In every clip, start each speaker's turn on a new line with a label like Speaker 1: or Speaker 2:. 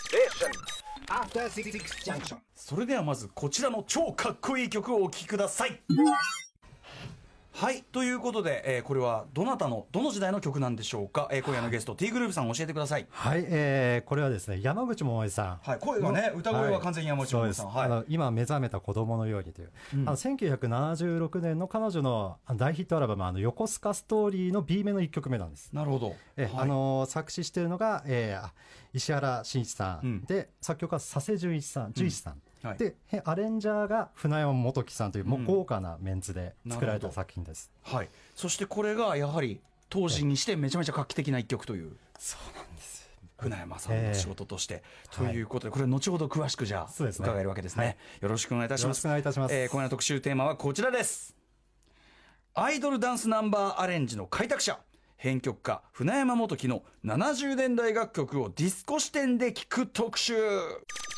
Speaker 1: station.
Speaker 2: After Six Junction.
Speaker 3: それではまずこちらの超かっこいい曲をお聴きくださいはいということで、えーこれはどなたのどの時代の曲なんでしょうか、えー今夜のゲスト T グループさん教えてください
Speaker 4: はい、えーこれはですね、山口百恵さん。
Speaker 3: はい声がね
Speaker 4: の
Speaker 3: 歌声は完全に山口百恵さん
Speaker 4: そうです
Speaker 3: はい
Speaker 4: あの今目覚めた子供のようにという。あの、1976年の彼女のあの大ヒットアルバム、あの、横須賀ストーリーの B 面の1曲目なんです。
Speaker 3: なるほど
Speaker 4: え
Speaker 3: はい
Speaker 4: あの作詞してるのが、えーあ石原慎一さん、
Speaker 3: うん
Speaker 4: で作曲家佐瀬純一さん純一さん、
Speaker 3: はい
Speaker 4: でへアレンジャーが船山元樹さんという、もう豪華なメンツで作
Speaker 3: な
Speaker 4: られ
Speaker 3: るほど
Speaker 4: た作品です
Speaker 3: はい、そしてこれがやはり当時にしてめちゃめちゃ画期的な一曲というそうなんです船山さんの仕事として、ということでこれ後ほど詳しくじゃあ
Speaker 4: そうですね
Speaker 3: 伺えるわけですね
Speaker 4: はい
Speaker 3: よろしくお願いいたします
Speaker 4: よろしくお願いいたします
Speaker 3: えー今夜の特集テーマはこちらですアイドルダンスナンバーアレンジの開拓者編曲家船山元樹の70年代楽曲をディスコ視点で聴く特集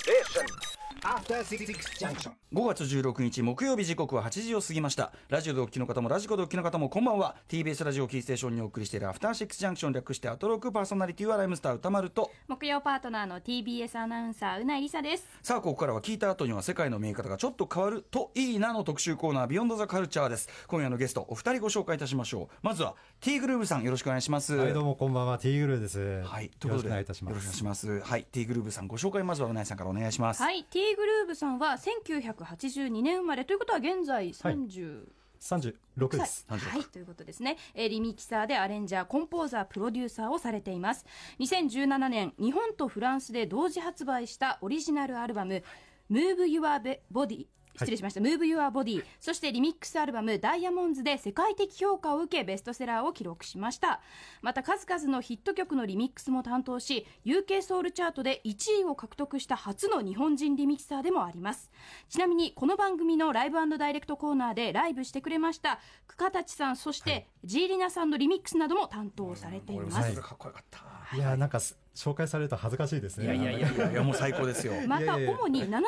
Speaker 1: Station.
Speaker 2: After Six Junction.
Speaker 3: 5月16日木曜日時刻は8時を過ぎましたラジオでお聞きの方もラジコでお聞きの方もこんばんは TBS ラジオキーステーションにお送りしているアフターシックスジャンクション略してアトロックパーソナリティはライムスター歌丸と
Speaker 5: 木曜パートナーの TBS アナウンサーうないりさです
Speaker 3: さあここからは聞いた後には世界の見え方がちょっと変わるといいなの特集コーナービヨンドザカルチャーです今夜のゲストお二人ご紹介いたしましょうまずは T グルーブさんよろしくお願いします
Speaker 4: はいどうもこんばんは T グルーです
Speaker 3: はい、
Speaker 4: よ
Speaker 3: ということ
Speaker 4: ろしく
Speaker 3: で
Speaker 4: お願いいたしま
Speaker 3: よろくお願い
Speaker 4: す
Speaker 3: しますはい T グルーブさんご紹介まずはうないさんからお願いします
Speaker 5: はい T グルーヴさんは1982年生まれということは現在30、
Speaker 4: 36
Speaker 5: は
Speaker 4: で
Speaker 5: い
Speaker 4: す、
Speaker 5: はい、ということですね、えーリミキサーでアレンジャーコンポーザープロデューサーをされています2017年日本とフランスで同時発売したオリジナルアルバム「Move Your Body」失礼しました、Move Your Body そしてリミックスアルバム「ダイヤモンズ」で世界的評価を受けベストセラーを記録しましたまた数々のヒット曲のリミックスも担当し UK ソウルチャートで1位を獲得した初の日本人リミキサーでもありますちなみにこの番組のライブダイレクトコーナーでライブしてくれました久方達さんそしてジーリナさんのリミックスなども担当されています、
Speaker 4: い
Speaker 3: かっこよかった
Speaker 4: いやーなんかす紹介されると恥ずかしいですね
Speaker 3: いやいやいやいやいやもう最高 ですよ
Speaker 5: また
Speaker 4: いやいやいや
Speaker 5: 主に70年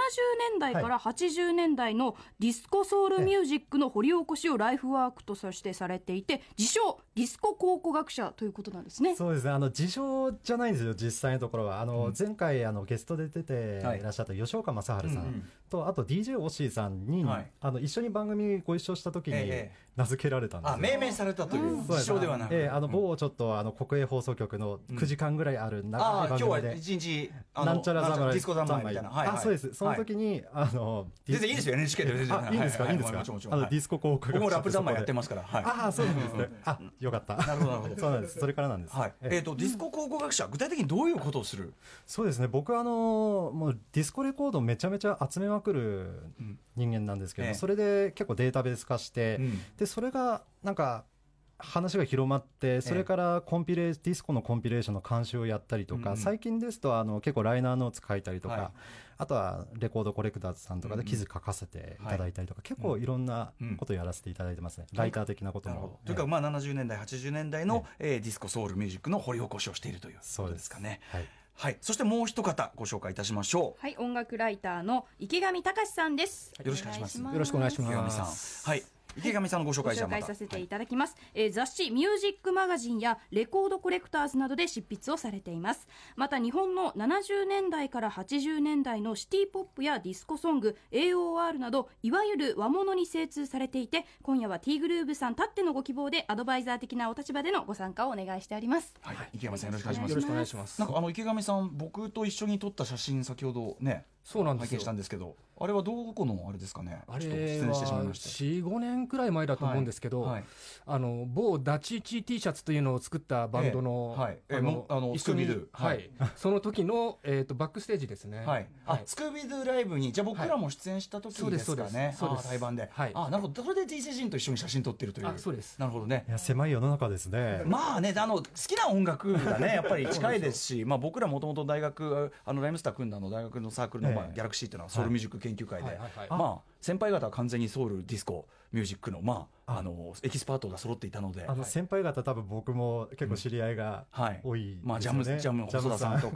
Speaker 5: 代から80年代のディスコソウルミュージックの掘り起こしをライフワークとしてされていて自称ディスコ考古学者ということなんですね
Speaker 4: そうですね、あの自称じゃないんですよ、実際のところは。あの、前回あのゲストで出て
Speaker 3: はい
Speaker 4: いらっしゃった吉岡正治さ
Speaker 3: うんうん
Speaker 4: んと、あと DJ オッシーさんに、
Speaker 3: はい
Speaker 4: あの一緒に番組ご一緒した時
Speaker 3: え
Speaker 4: に
Speaker 3: え
Speaker 4: 名付けられたんです
Speaker 3: あ
Speaker 4: よ。
Speaker 3: 命名されたという
Speaker 4: そう
Speaker 3: 事
Speaker 4: す
Speaker 3: 象ではなく
Speaker 4: ええあの某ちょっとあの国営放送局の9時間ぐらいある
Speaker 3: あ
Speaker 4: 長
Speaker 3: あ
Speaker 4: い
Speaker 3: 今
Speaker 4: 番
Speaker 3: 日は
Speaker 4: 組で、
Speaker 3: 一日あの
Speaker 4: なんちゃら
Speaker 3: なんちゃら
Speaker 4: 侍
Speaker 3: ディスコ侍みたいな、はいはい、
Speaker 4: あそうですその時に、あの
Speaker 3: 全然いいですよ NHK で全然
Speaker 4: あいいんですか、
Speaker 3: はい
Speaker 4: い、いんですか、
Speaker 3: はいもちろんもちろん
Speaker 4: あ
Speaker 3: は
Speaker 4: の
Speaker 3: い
Speaker 4: ディスコ広告
Speaker 3: 僕もラップ三昧やってますからはい
Speaker 4: ああそうなんですねあよかったな
Speaker 3: るほどなるほど
Speaker 4: そうなんですそれからなんです、
Speaker 3: はい
Speaker 4: ええ
Speaker 3: えー、とディスコ考古学者具体的にどういうことをする
Speaker 4: そうですね僕はあのもうディスコレコードをめちゃめちゃ集めまくる人間なんですけど、
Speaker 3: ええ
Speaker 4: それで結構データベース化して、
Speaker 3: うん
Speaker 4: でそれがなんか話が広まってそれからコンピレーディスコのコンピレーションの監修をやったりとか、
Speaker 3: うんうん
Speaker 4: 最近ですとあの結構ライナーノーツ書いたりとか、
Speaker 3: はい
Speaker 4: あとはレコードコレクターズさんとかで記事書かせていただいたりとか、結構いろんなことやらせていただいてますね、ライター的なこと
Speaker 3: なるほ
Speaker 4: も
Speaker 3: ど。というか、まあ、70年代80年代の、えーディスコソウルミュージックの掘り起こしをしているというこ
Speaker 4: そう
Speaker 3: と
Speaker 4: で
Speaker 3: ですすかね。
Speaker 4: はい
Speaker 3: はい、そしてもう一方ご紹介いたしましょう。
Speaker 5: はい音楽ライターの池上隆さんです
Speaker 3: よろしくお願いします
Speaker 5: お
Speaker 4: よろしくお願いし
Speaker 3: 池上
Speaker 4: ま
Speaker 3: さん、
Speaker 4: す
Speaker 3: はい、池上さんのご紹
Speaker 5: ご
Speaker 3: 介じゃ
Speaker 5: 紹
Speaker 3: あま
Speaker 5: 介
Speaker 3: た。
Speaker 5: させていただきます、えー雑誌「ミュージックマガジン」や「レコードコレクターズ」などで執筆をされていますまた日本の70年代から80年代のシティ・ポップやディスコソング AOR などいわゆる和物に精通されていて今夜は T グルーヴさんたってのご希望でアドバイザー的なお立場でのご参加をお願いしてあります
Speaker 3: はい、はい池上さんよろしくお願いします。
Speaker 6: よろしくお願いします
Speaker 3: なん。かあの池上さん僕と一緒に撮った写真先ほどね
Speaker 6: そうなんで
Speaker 3: 拝
Speaker 6: す
Speaker 3: 見した
Speaker 6: よ
Speaker 3: ん。ですけどあれはどこのあれですかね
Speaker 6: あ
Speaker 3: ち
Speaker 6: れ
Speaker 3: ょっと失
Speaker 6: は
Speaker 3: 礼してしまいました
Speaker 6: 4、5年くらい前だと思うんですけど、
Speaker 3: はい
Speaker 6: あの某ダチチ T シャツというのを作ったバンドの、
Speaker 3: ええはいええもうあの
Speaker 6: 一緒に
Speaker 3: スクービードゥ
Speaker 6: はい
Speaker 3: はい
Speaker 6: その時のえっ、とバックステージですね。
Speaker 3: はい、あ、
Speaker 6: はい
Speaker 3: スクービードゥライブにじゃあ僕らも出演した時
Speaker 6: はい
Speaker 3: ですかね、
Speaker 6: そうですそうですそうで
Speaker 3: あ
Speaker 6: す
Speaker 3: 対バンで、
Speaker 6: はい
Speaker 3: あなるほどそれで DJ 陣と一緒に写真撮ってるという
Speaker 6: あそうです
Speaker 3: なるほどね
Speaker 4: いや狭い世の中ですね
Speaker 3: まあねあの好きな音楽がねやっぱり近いですし、まあ、僕らもともと大学あのライムスター組んだあの大学のサークルの、
Speaker 4: ええ
Speaker 3: まあ、ギャラクシーっていうのはソウルミュージック研究会で、
Speaker 6: はいはいはい
Speaker 3: まあ、先輩方は完全にソウルディスコミュージックの,、まあ、あのエキスパートが揃っていたので。
Speaker 4: あの先輩方、多分僕も結構知り合いが
Speaker 3: はい、
Speaker 4: 多いですよね、
Speaker 3: まあジャムジャム細田さんとか、
Speaker 4: ジャムさん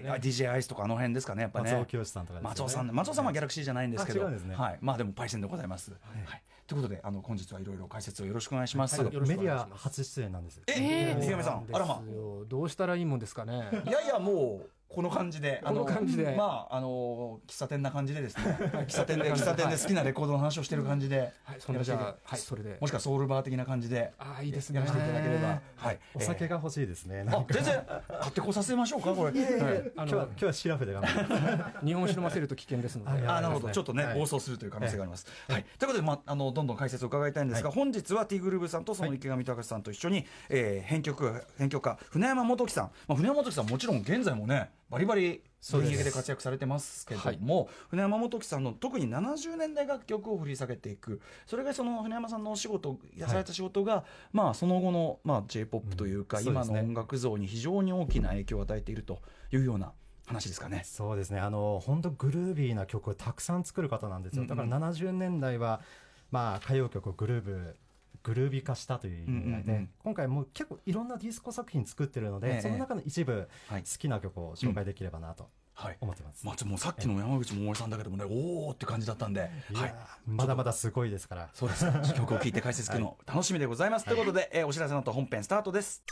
Speaker 4: そう
Speaker 3: は
Speaker 4: です
Speaker 3: いあ
Speaker 4: ね
Speaker 3: DJ アイスとかあの辺ですかねやっぱね。
Speaker 4: 松尾清さんとかですよ
Speaker 3: 松尾
Speaker 4: ね
Speaker 3: さん松尾さんはギャラクシーじゃないんですけど、
Speaker 4: あ違うんですね
Speaker 3: はい、まあでもパイセンでございます。はい、ということであの本日はいろいろ解説をよろしくお願いします。
Speaker 4: はいメデ
Speaker 6: よ
Speaker 4: ィ
Speaker 6: ろしくお願い
Speaker 4: ア
Speaker 6: します
Speaker 4: 初出演なんです。
Speaker 3: え、
Speaker 6: そう
Speaker 3: 杉
Speaker 6: な
Speaker 3: 山さん
Speaker 6: で、す
Speaker 3: あらま、
Speaker 6: よどうしたらいいもんですかね。
Speaker 3: いやいやもうこの感じで、あ
Speaker 6: この感じで
Speaker 3: まあ、あの、喫茶店な感じでですね、喫茶店で、喫茶店で好きなレコードの話をしてる感じで、
Speaker 6: はいそんなじゃあはいそれで
Speaker 3: もしくはソウルバー的な感じで、
Speaker 6: ああいいですね
Speaker 3: やらせていただければ、はい。
Speaker 4: お酒が欲しいですね。
Speaker 3: えー
Speaker 4: なん
Speaker 3: あ、
Speaker 4: か
Speaker 3: 全然、買ってこさせましょうか、これ。はい
Speaker 6: あ
Speaker 4: 今日は
Speaker 6: の
Speaker 4: 今日はシラフで頑張ります。
Speaker 6: 日本酒飲ませると危険ですので
Speaker 4: あいや
Speaker 3: あなるほど、
Speaker 4: ですね
Speaker 3: ちょっとね、
Speaker 4: はい
Speaker 3: 暴走するという可能性があります。はい、ということで、まあ、あのどんどん解説を伺いたいんですが、本日は T グルーブさんとその池上隆さんと一緒に、えー編曲編曲家、船山元樹さん、まあ、船山元樹さん、もちろん現在もね、バリバリ現
Speaker 4: そうです
Speaker 3: 役で活躍されてますけども、船山元樹さんの特に70年代楽曲を振り下げていく、それがその船山さんのお仕事、やされた仕事が、まあ、その後の、まあ、j p o p というか、
Speaker 4: うんそうで
Speaker 3: 今
Speaker 4: す
Speaker 3: の
Speaker 4: ね
Speaker 3: 音楽像に非常に大きな影響を与えているというような話ですかね。
Speaker 4: そうですね。あの本当グルービーな曲をたくさん作る方なんですよ。だから70年代はまあ歌謡曲をグルーブグルービー化したという意味合いで、
Speaker 3: うんうんうん
Speaker 4: 今回もう結構いろんなディスコ作品作ってるので、
Speaker 3: ええ
Speaker 4: その中の一部
Speaker 3: は
Speaker 4: 好
Speaker 3: い
Speaker 4: きな曲を紹介できればなと
Speaker 3: はい
Speaker 4: 思ってます。
Speaker 3: まあ、もうさっきの山口百恵さんだけでもね、おおって感じだったんで、
Speaker 4: い
Speaker 3: は
Speaker 4: や
Speaker 3: い。
Speaker 4: ーまだまだすごいですから。
Speaker 3: そうです。曲を聴いて解説聞くの楽しみでございます。ということで、えーお知らせの後本編スタートです。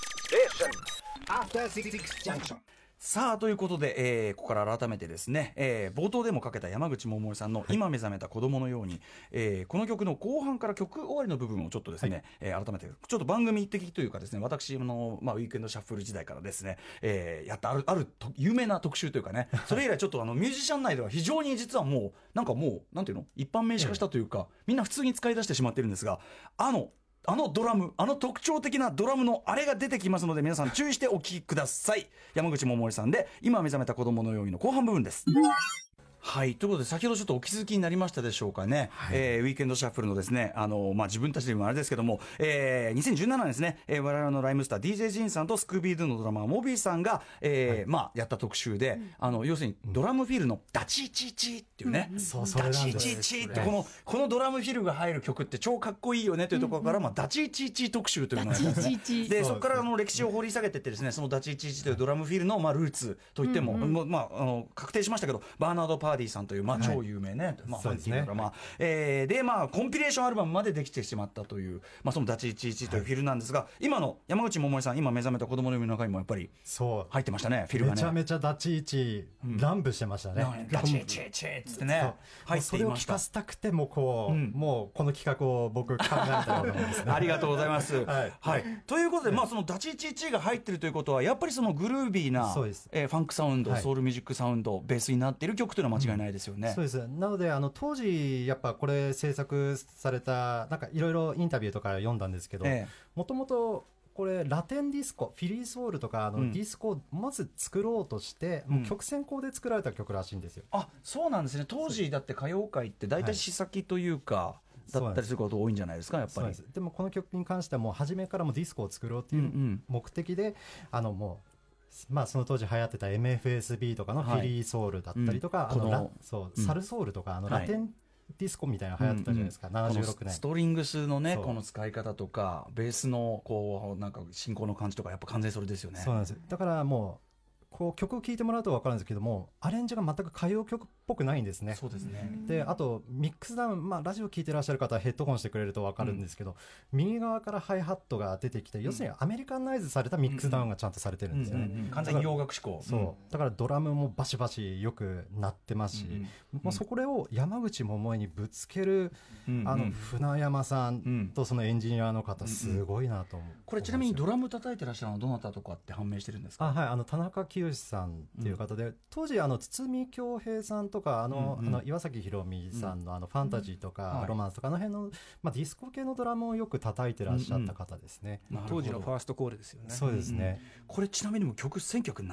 Speaker 2: After Six Junction.
Speaker 3: さあ、ということで、えーここから改めてですね、えー冒頭でもかけた山口百恵さんの今目覚めた子供のように、えーこの曲の後半から曲終わりの部分をちょっとですね、えー改めて、ちょっと番組的というかですね、私あの、まあ、ウィークエンドシャッフル時代からですね、えーやったある、あると有名な特集というかね、それ以来ちょっとあの、ミュージシャン内では非常に実はもう、なんかもう、なんていうの一般名詞化したというか、みんな普通に使い出してしまってるんですが、あの、あのドラム、あの特徴的なドラムのあれが出てきますので、皆さん注意してお聴きください。山口百恵さんで、今目覚めた子供のようにの後半部分です。はい。ということで、先ほどちょっとお気づきになりましたでしょうかね。えーウィークエンドシャッフルのですね、あの、まあ、自分たちでもあれですけども、えー2017年ですね、えー我々のライムスター DJ ジンさんとスクービードゥのドラマーモビーさんが、えーまあ、やった特集で、あの、要するにドラムフィールのダチチチっていうね、
Speaker 4: そうそれな
Speaker 3: ダ
Speaker 4: んです
Speaker 3: チ
Speaker 4: よ
Speaker 3: チチって、この、このドラムフィルが入る曲って超かっこいいよねというところから、まあ、ダチチチ特集というのをやったんですねで、そこからあの歴史を掘り下げてってですね、そのダチチチというドラムフィルの、まあ、ルーツといっても、もうまあ、あの、確定しましたけど、バーナード・パーディさんという、まあ、超有名ね、まあ、フ
Speaker 4: そ
Speaker 3: ァ
Speaker 4: う
Speaker 3: ン
Speaker 4: で
Speaker 3: キ
Speaker 4: す
Speaker 3: ー
Speaker 4: ね
Speaker 3: なドラマーえーで、まあ、コンピレーションアルバムまでできてしまったという、まあ、そのダチチチというフィルなんですが、今の山口百恵さん、今目覚めた子供の夢の中にもやっぱり
Speaker 4: そう。
Speaker 3: 入ってましたね、フィルが
Speaker 4: め
Speaker 3: ね
Speaker 4: ちゃ。めちゃダチイチ乱舞してましたね。
Speaker 3: ダチチチっつってね、入っ
Speaker 4: もう
Speaker 3: て
Speaker 4: そ
Speaker 3: い
Speaker 4: れを
Speaker 3: まし
Speaker 4: 聞
Speaker 3: た
Speaker 4: か。せたくてもこう、
Speaker 3: うん
Speaker 4: もうこの企画を僕考えたと思うんです ね。
Speaker 3: ありがとうございます。は
Speaker 4: はいい。
Speaker 3: ということで、まあ、そのダチチチが入ってるということは、やっぱりそのグルービーな
Speaker 4: そうです、
Speaker 3: えーファンクサウンド、
Speaker 4: はい
Speaker 3: ソウルミュージックサウンド、ベースになっている曲というのは間違いないですよ ね。
Speaker 4: そうですなのであの当時やっぱこれ制作されたなんかいろいろインタビューとか読んだんですけど
Speaker 3: ええ
Speaker 4: もともとこれラテンディスコフィリーソウルとかあ
Speaker 3: う
Speaker 4: の
Speaker 3: ん
Speaker 4: ディスコをまず作ろうとして、
Speaker 3: ん
Speaker 4: もう曲線項で作られた曲らしいんですよ。
Speaker 3: あ、そうなんですね。当時だって歌謡界って大
Speaker 4: は
Speaker 3: 体
Speaker 4: い
Speaker 3: 詩先というか、
Speaker 4: そう
Speaker 3: だ
Speaker 4: な
Speaker 3: っ
Speaker 4: ん
Speaker 3: た
Speaker 4: で
Speaker 3: り
Speaker 4: す
Speaker 3: すること多いんじゃないですか、やっ
Speaker 4: そ
Speaker 3: ぱ
Speaker 4: う
Speaker 3: り。
Speaker 4: なんですでもこの曲に関してはもう初めからもうディスコを作ろうって
Speaker 3: うん。
Speaker 4: いううん目的で、あのもう、まあ、その当時流行ってた MFSB とかのフィリーソウルだったりとか、
Speaker 3: はいうん
Speaker 4: あのラ
Speaker 3: この
Speaker 4: そう
Speaker 3: うん
Speaker 4: サルソウルとかあの
Speaker 3: はい
Speaker 4: ラテンディスコみたいなの流行ってたじゃないですか、
Speaker 3: うんうんこ
Speaker 4: 76
Speaker 3: の
Speaker 4: 年
Speaker 3: ス。トリングスのね
Speaker 4: そう
Speaker 3: この使い方とかベースのこうなんか進行の感じとかやっぱ完全にそれですよね
Speaker 4: そうなんですよだからもうこう曲を聴いてもらうと分かるんですけどもアレンジが全く歌謡曲っぽくないんですね。
Speaker 3: そうですね
Speaker 4: であとミックスダウン、まあ、ラジオ聴いてらっしゃる方はヘッドホンしてくれると分かるんですけど、右側からハイハットが出てきて要するにアメリカンナイズされたミックスダウンがちゃんとされてるんですよね。
Speaker 3: うんうんうん完全に洋楽志向
Speaker 4: そう、だからドラムもバシバシよく鳴ってますし、
Speaker 3: うんうん
Speaker 4: まあ、そこれを山口百恵にぶつける、
Speaker 3: うんうん
Speaker 4: あの船山さんとそのエンジニアの方
Speaker 3: うん
Speaker 4: すごいなと思う、
Speaker 3: これちなみに
Speaker 4: 思
Speaker 3: ドラム叩いてらっしゃるのはどなたとかって判明してるんですか
Speaker 4: うんですよあはい、あの田中清さんっていう方で、当時あの堤恭平さんとかあの、
Speaker 3: うんうん
Speaker 4: あの岩崎宏美さんのあのファンタジーとか、
Speaker 3: はい
Speaker 4: ロマンスとかあの辺の、まあ、ディスコ系のドラムをよく叩いてらっしゃった方ですね、
Speaker 3: なるほど
Speaker 6: 当時のファーストコールですよね
Speaker 4: そうですね、
Speaker 3: これちなみにもう曲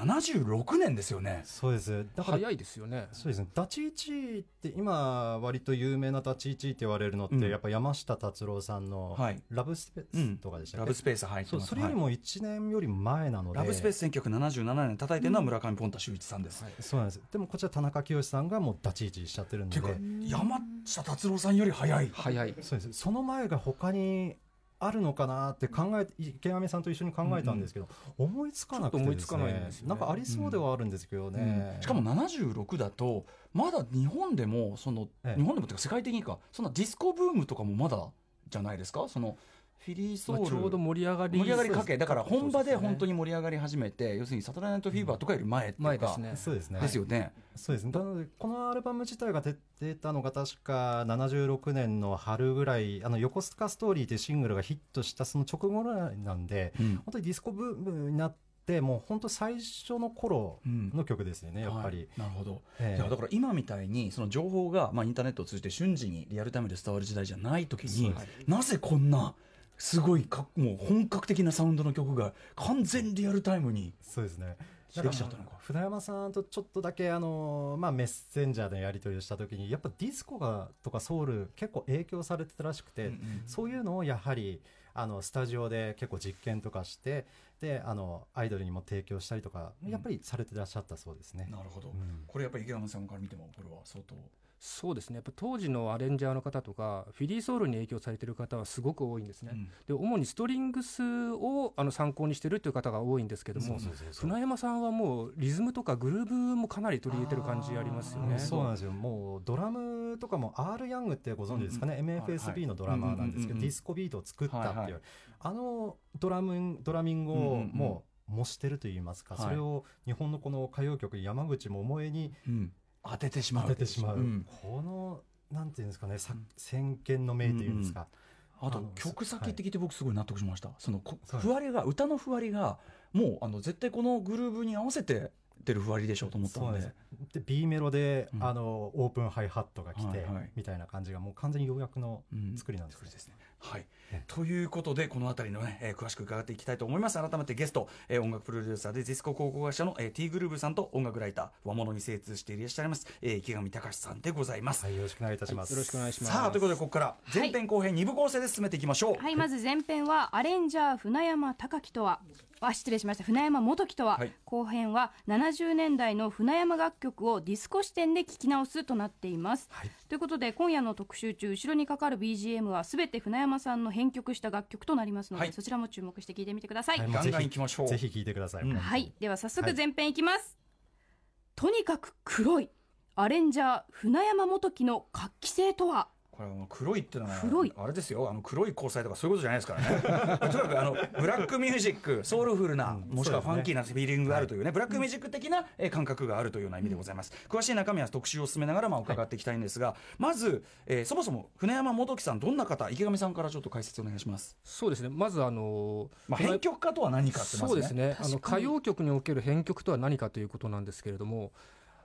Speaker 3: 1976年ですよね
Speaker 4: そうですだから
Speaker 6: 早いですよね
Speaker 4: そうですね。ダチイチって今割と有名なダチイチって言われるのって、
Speaker 3: うん
Speaker 4: やっぱ山下達郎さんの
Speaker 3: はい
Speaker 4: ラブスペースとかでした
Speaker 3: ラ
Speaker 4: っ
Speaker 3: ブ
Speaker 4: け、
Speaker 3: スペース入って
Speaker 4: そう
Speaker 3: ます
Speaker 4: それより
Speaker 3: は
Speaker 4: も1年より前なの
Speaker 3: い
Speaker 4: で、
Speaker 3: ラブスペース1977年叩いてるのは村上ポンタ秀一さんです、
Speaker 6: はい
Speaker 4: そうなんですでもこちら田中清さんがもうダチイチしちゃってるん
Speaker 3: てい
Speaker 4: で
Speaker 3: うか山下達郎さんより早い
Speaker 6: 早い
Speaker 4: そうですその前が他にあるのかなって考えて池上さんと一緒に考えたんですけど、思いつかなくてです、ね、
Speaker 6: ちょっと思いつかないんですよね
Speaker 4: なんかありそうではあるんですけどね、
Speaker 3: うんしかも76だとまだ日本でもその、
Speaker 4: ええ
Speaker 3: 日本でもっていうか世界的にかそんなディスコブームとかもまだじゃないですかそのフィリーソ
Speaker 6: ま
Speaker 3: ウ
Speaker 6: あ
Speaker 3: ル、
Speaker 6: ちょうど盛り上がり
Speaker 3: 盛り上がりかけだから本場で本当
Speaker 6: に
Speaker 3: に盛り上がり始めて、要するに「サタデーナイトフィーバー」とかより前ってい
Speaker 6: 前
Speaker 3: う
Speaker 6: で
Speaker 3: か、
Speaker 6: すね
Speaker 4: そうですね。
Speaker 3: ですよね、
Speaker 4: そうですね。なので、このアルバム自体が出出たのが確か76年の春ぐらい、あの、横須賀ストーリーというシングルがヒットしたその直後ぐらいなんで、
Speaker 3: うん
Speaker 4: 本当にディスコブームになって、もう本当最初の頃の曲ですよね、やっぱり。
Speaker 3: はいなるほど、
Speaker 4: ええ
Speaker 3: いやだから今みたいにその情報が、まあ、インターネットを通じて瞬時にリアルタイムで伝わる時代じゃない時に、なぜこんなすごいかもう本格的なサウンドの曲が完全リアルタイムに
Speaker 4: そうですね。
Speaker 3: できちゃったのか
Speaker 4: 船山さんとちょっとだけあの、まあ、メッセンジャーでやり取りをした時にやっぱディスコがとかソウル結構影響されてたらしくて、そういうのをやはりあのスタジオで結構実験とかしてであのアイドルにも提供したりとかやっぱりされてらっしゃったそうですね。
Speaker 3: なるほど、
Speaker 4: ん
Speaker 3: これやっぱり池上さんから見てもこれは相当
Speaker 6: そうですねやっぱ当時のアレンジャーの方とかフィリーソウルに影響されてる方はすごく多いんですね、
Speaker 3: うん
Speaker 6: で主にストリングスをあの参考にしてるという方が多いんですけども船山さんはもうリズムとかグルーブもかなり取り入れてる感じありますよ
Speaker 4: あの
Speaker 6: ね
Speaker 4: そうなんですよもうドラムとかも R ・ヤングってご存知ですかね、
Speaker 3: うんうんはいはい
Speaker 4: MFSB のドラマーなんです
Speaker 3: う
Speaker 4: けど、
Speaker 3: んうんうんうん
Speaker 4: ディスコビートを作ったっていう、
Speaker 3: はいはい
Speaker 4: あのドラムドラミングを
Speaker 3: うんうんうん
Speaker 4: もう模してると言いますか、
Speaker 3: はい
Speaker 4: それを日本のこの歌謡曲山口百恵に
Speaker 3: 当ててしまう
Speaker 4: 当ててしまう、
Speaker 3: ん
Speaker 4: このなんていうんですかね、さ
Speaker 3: うん
Speaker 4: 先見の明というんですか、
Speaker 3: あと
Speaker 4: あの
Speaker 3: 曲先って聞いて僕すごい納得しました、そのこ
Speaker 4: そう
Speaker 3: ふわりが歌のふわりがもうあの絶対このグルーブに合わせて出るふわりでしょうと思った
Speaker 4: そ
Speaker 3: の
Speaker 4: うなん
Speaker 3: で
Speaker 4: ですで B メロで、
Speaker 3: うん
Speaker 4: あのオープンハイハットが来て、
Speaker 3: はいはい
Speaker 4: みたいな感じがもう完全に洋楽の
Speaker 3: うん
Speaker 4: 作りなんですね、
Speaker 3: ね。はい
Speaker 4: ええ、
Speaker 3: ということでこの辺りのね、えー詳しく伺っていきたいと思います改めてゲスト、えー音楽プロデューサーでディスコ考古学者の、えー、T グルーブさんと音楽ライター和物に精通していらっしゃいます、えー、池上隆さんでございます、
Speaker 4: はい、よろしくお願いいたします、
Speaker 6: よろしくお願いします
Speaker 3: さあということでここから
Speaker 5: い
Speaker 3: 前編後編2部構成で進めていきましょう、
Speaker 5: はい、まず前編はアレンジャー船山貴樹とはあ失礼しました船山元樹とは、
Speaker 3: はい
Speaker 5: 後編は70年代の船山楽曲をディスコ視点で聴き直すとなっています、ということで今夜の特集中後ろにかかる BGM は全て船山さんの編曲した楽曲となりますので、
Speaker 3: はい
Speaker 5: そちらも注目して聴いてみてください、
Speaker 4: は
Speaker 5: はいい
Speaker 4: もうぜひ
Speaker 3: ガンガン行きましょう
Speaker 4: ぜひ聴いてください、
Speaker 3: うん
Speaker 5: では早速前編いきます、とにかく黒いアレンジャー船山元樹の活気性とは
Speaker 3: これはあの黒いってのは
Speaker 5: 黒い
Speaker 3: あれですよあの黒い交際とかそういうことじゃないですからねとにかくあのブラックミュージックソウルフルな、
Speaker 4: うん
Speaker 3: もしくはフ
Speaker 4: そう
Speaker 3: ァ
Speaker 4: ですね
Speaker 3: ンキーなフィーリングがあるというね、ブラックミュージック的な、えー感覚があるというような意味でございます、詳しい中身は特集を進めながらまあ伺っていきたいんですが、まず、えーそもそも船山元樹さんどんな方池上さんからちょっと解説お願いします、
Speaker 6: そうですねまずあの
Speaker 3: まあ、編曲家とは何かってま
Speaker 6: そうですねあの
Speaker 5: 確か
Speaker 6: 歌
Speaker 5: に
Speaker 6: 謡曲における編曲とは何かということなんですけれども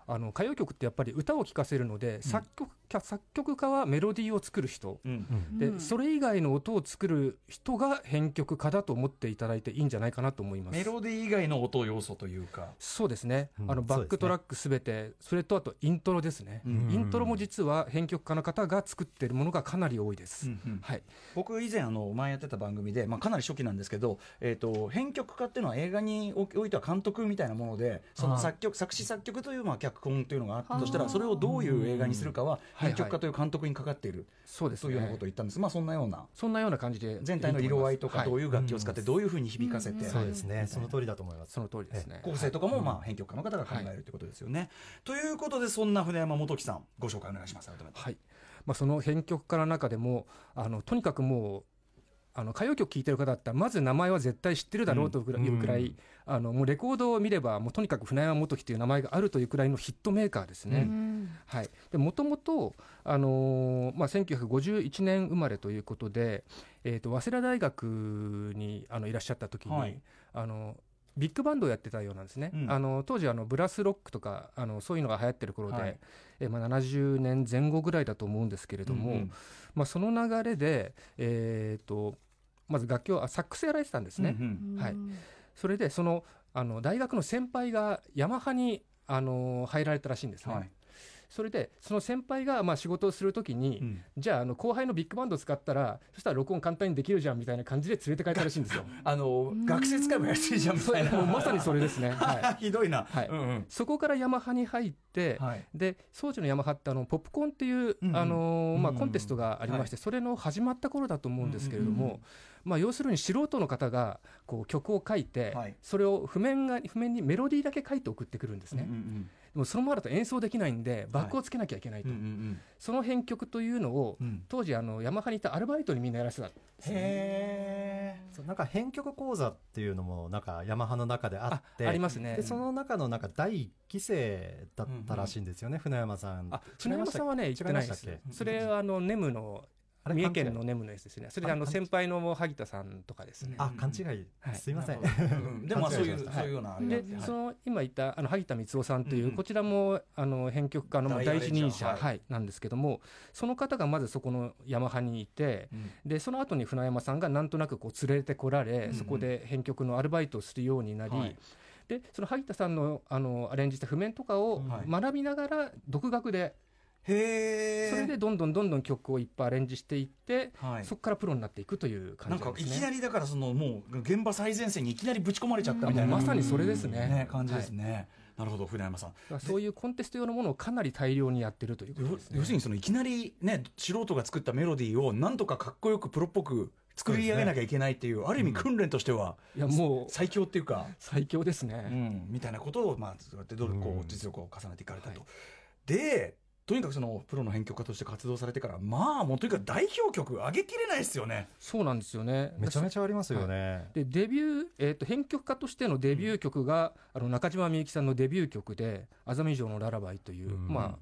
Speaker 6: あの歌謡曲ってやっぱり歌を聴かせるので、作曲家作曲家はメロディーを作る人、
Speaker 3: うん
Speaker 6: で、
Speaker 5: うん
Speaker 6: それ以外の音を作る人が編曲家だと思っていただいていいんじゃないかなと思います。
Speaker 3: メロディー以外の音要素というか
Speaker 6: そうですね、
Speaker 4: うん
Speaker 6: あの
Speaker 4: そうですね
Speaker 6: バックトラックすべてそ,、れとあとイントロですね、
Speaker 3: うん
Speaker 6: イントロも実は編曲家の方が作っているものがかなり多いです、
Speaker 3: うんうん
Speaker 6: はい、
Speaker 3: 僕以前あの前やってた番組で、まあ、かなり初期なんですけど、えー、と編曲家っていうのは映画におおいては監督みたいなものでその作曲作詞作曲というまあ脚本というのがあったとしたら
Speaker 5: あー
Speaker 3: それをどういう映画にするかは
Speaker 6: はい
Speaker 3: 編曲家という監督にかかっている
Speaker 6: そうです
Speaker 3: というようなこ
Speaker 6: ね
Speaker 3: とを言ったんです、まあ、そんなような
Speaker 6: そんなような感じで
Speaker 3: 全体の色合いとかどう
Speaker 6: いう
Speaker 3: いう楽器を使ってどういうふうに響かせて。
Speaker 5: うん
Speaker 4: そうですね、その通りだと思います。
Speaker 6: と思います、はいその通りですね
Speaker 3: 構成とかもまあ編曲家の方が考えるということですよね。ということでそんな船山元樹さんご紹介お願いします。改めて
Speaker 6: はいまあ、その編曲家の中でもあのとにかくもうあの歌謡曲聴いてる方だったらまず名前は絶対知ってるだろうというくらい,、
Speaker 4: うん
Speaker 6: あのもうレコードを見ればもうとにかく船山元樹という名前があるというくらいのヒットメーカーですね。はい、でもともと、あのーまあ、1951年生まれということで、えー、と早稲田大学にあのいらっしゃった時に、
Speaker 3: はい
Speaker 6: あのビッグバンドをやってたようなんですね、
Speaker 3: うん
Speaker 6: あの当時あのブラスロックとかあのそういうのが流行ってる頃で、
Speaker 3: はい
Speaker 6: えーまあ、70年前後ぐらいだと思うんですけれども、
Speaker 3: うんうん
Speaker 6: まあ、その流れで、えー、とまず楽器をあサックスやられてたんですね、
Speaker 3: うんうん
Speaker 6: はいそれでそのあの大学の先輩がヤマハに、あのー入られたらしいんですね。
Speaker 3: はい
Speaker 6: それでその先輩がまあ仕事をするときに、
Speaker 3: うん
Speaker 6: じゃああの後輩のビッグバンド使ったらそしたら録音簡単にできるじゃんみたいな感じで連れて帰ったらしいん ですよ
Speaker 3: あの学生使えば安いじゃんみ
Speaker 6: そ
Speaker 3: た
Speaker 6: れ
Speaker 3: いな
Speaker 6: もうまさにそれです ね、は
Speaker 3: ひどいな。
Speaker 6: はい
Speaker 3: うんうん
Speaker 6: い、そこからヤマハに入って、
Speaker 3: はい
Speaker 6: で当時のヤマハってあのポップコーンっていう、
Speaker 3: うんうん
Speaker 6: あのーまあ、
Speaker 3: うんうん
Speaker 6: コンテストがありまして、それの始まった頃だと思うんですけれども、まあ、要するに素人の方がこう曲を書いて、
Speaker 3: はい
Speaker 6: それを譜面が譜面にメロディーだけ書いて送ってくるんですね、
Speaker 3: うんうん
Speaker 6: もそのままだと演奏できないんでバックをつけなきゃいけないと、
Speaker 3: うんうん
Speaker 6: その編曲というのを、
Speaker 3: うん
Speaker 6: 当時あのヤマハにいたアルバイトにみんなやらせてた
Speaker 3: うんへえ
Speaker 4: そうなんか編曲講座っていうのもなんかヤマハの中であ
Speaker 6: あ
Speaker 4: って
Speaker 6: ありますね
Speaker 4: でその中のなんか第一期生だったらしいんですよね、船山さん。
Speaker 6: あ船山さんはね
Speaker 4: 違い
Speaker 6: 行
Speaker 4: ま
Speaker 6: って
Speaker 4: した
Speaker 6: ないです
Speaker 4: 違いましたっ
Speaker 6: それはあのネムの
Speaker 4: あれ
Speaker 6: 三重県の
Speaker 4: 勘違い
Speaker 6: ネムのやつですねそれで
Speaker 4: あ
Speaker 6: あ
Speaker 4: れ
Speaker 6: の
Speaker 4: 勘違い
Speaker 6: 先輩の萩田さんとかですね
Speaker 4: あ勘違い、
Speaker 6: はい
Speaker 4: すいません。
Speaker 3: なるほどうんでもまあそういう
Speaker 4: 勘違
Speaker 3: そ
Speaker 4: いし
Speaker 3: う
Speaker 4: ました
Speaker 3: いうようなあれが
Speaker 6: で
Speaker 3: あってはい
Speaker 6: その今言ったあの萩田光夫さんという、
Speaker 3: うんうん
Speaker 6: こちらもあの編曲家のまあ
Speaker 3: 大
Speaker 6: 第
Speaker 3: アレ
Speaker 6: 一
Speaker 3: ンジャー
Speaker 6: 人者、
Speaker 3: は
Speaker 6: はいいなんですけどもその方がまずそこのヤマハにいて
Speaker 3: うん
Speaker 6: でその後に船山さんがなんとなくこう連れてこられ、
Speaker 3: うん
Speaker 6: そこで編曲のアルバイトをするようになり、
Speaker 3: はい
Speaker 6: でその萩田さんのあのアレンジした譜面とかを
Speaker 3: はい
Speaker 6: 学びながら独学で、
Speaker 3: へえ
Speaker 6: それでどんどんどんどん曲をいっぱいアレンジしていって、
Speaker 3: はい
Speaker 6: そこからプロになっていくという
Speaker 3: な
Speaker 6: 感
Speaker 3: ん
Speaker 6: じ
Speaker 3: か
Speaker 6: んで
Speaker 3: い
Speaker 6: すね。
Speaker 3: きなりだからそのもう現場最前線にいきなりぶち込まれちゃったみたいな
Speaker 6: まさにそれですね
Speaker 3: ね感じですねなるほど船山さん
Speaker 6: だからそういうコンテスト用のものをかなり大量にやってるということ
Speaker 3: よ
Speaker 6: ですね。
Speaker 3: 要するにそのいきなりね素人が作ったメロディーをなんとかかっこよくプロっぽく作り上げなきゃいけないっていうある意味訓練としてはい
Speaker 6: やもう
Speaker 3: 最強っていうか
Speaker 6: 最強ですね。
Speaker 3: うんみたいなことをまあそうやってどうこ
Speaker 4: う
Speaker 3: うん実力を重ねていかれたと
Speaker 6: は。
Speaker 3: でとにかくそのプロの編曲家として活動されてからまあもうとにかく代表曲上げきれないですよね。
Speaker 6: そうなんですよね。
Speaker 4: めちゃめ
Speaker 6: ちゃ
Speaker 4: ちゃありますよね。
Speaker 6: でデビュー、えー、と編曲家としてのデビュー曲が、あの中島みゆきさんのデビュー曲で「あざみ城のララバイ」という、
Speaker 4: うん
Speaker 6: まあ、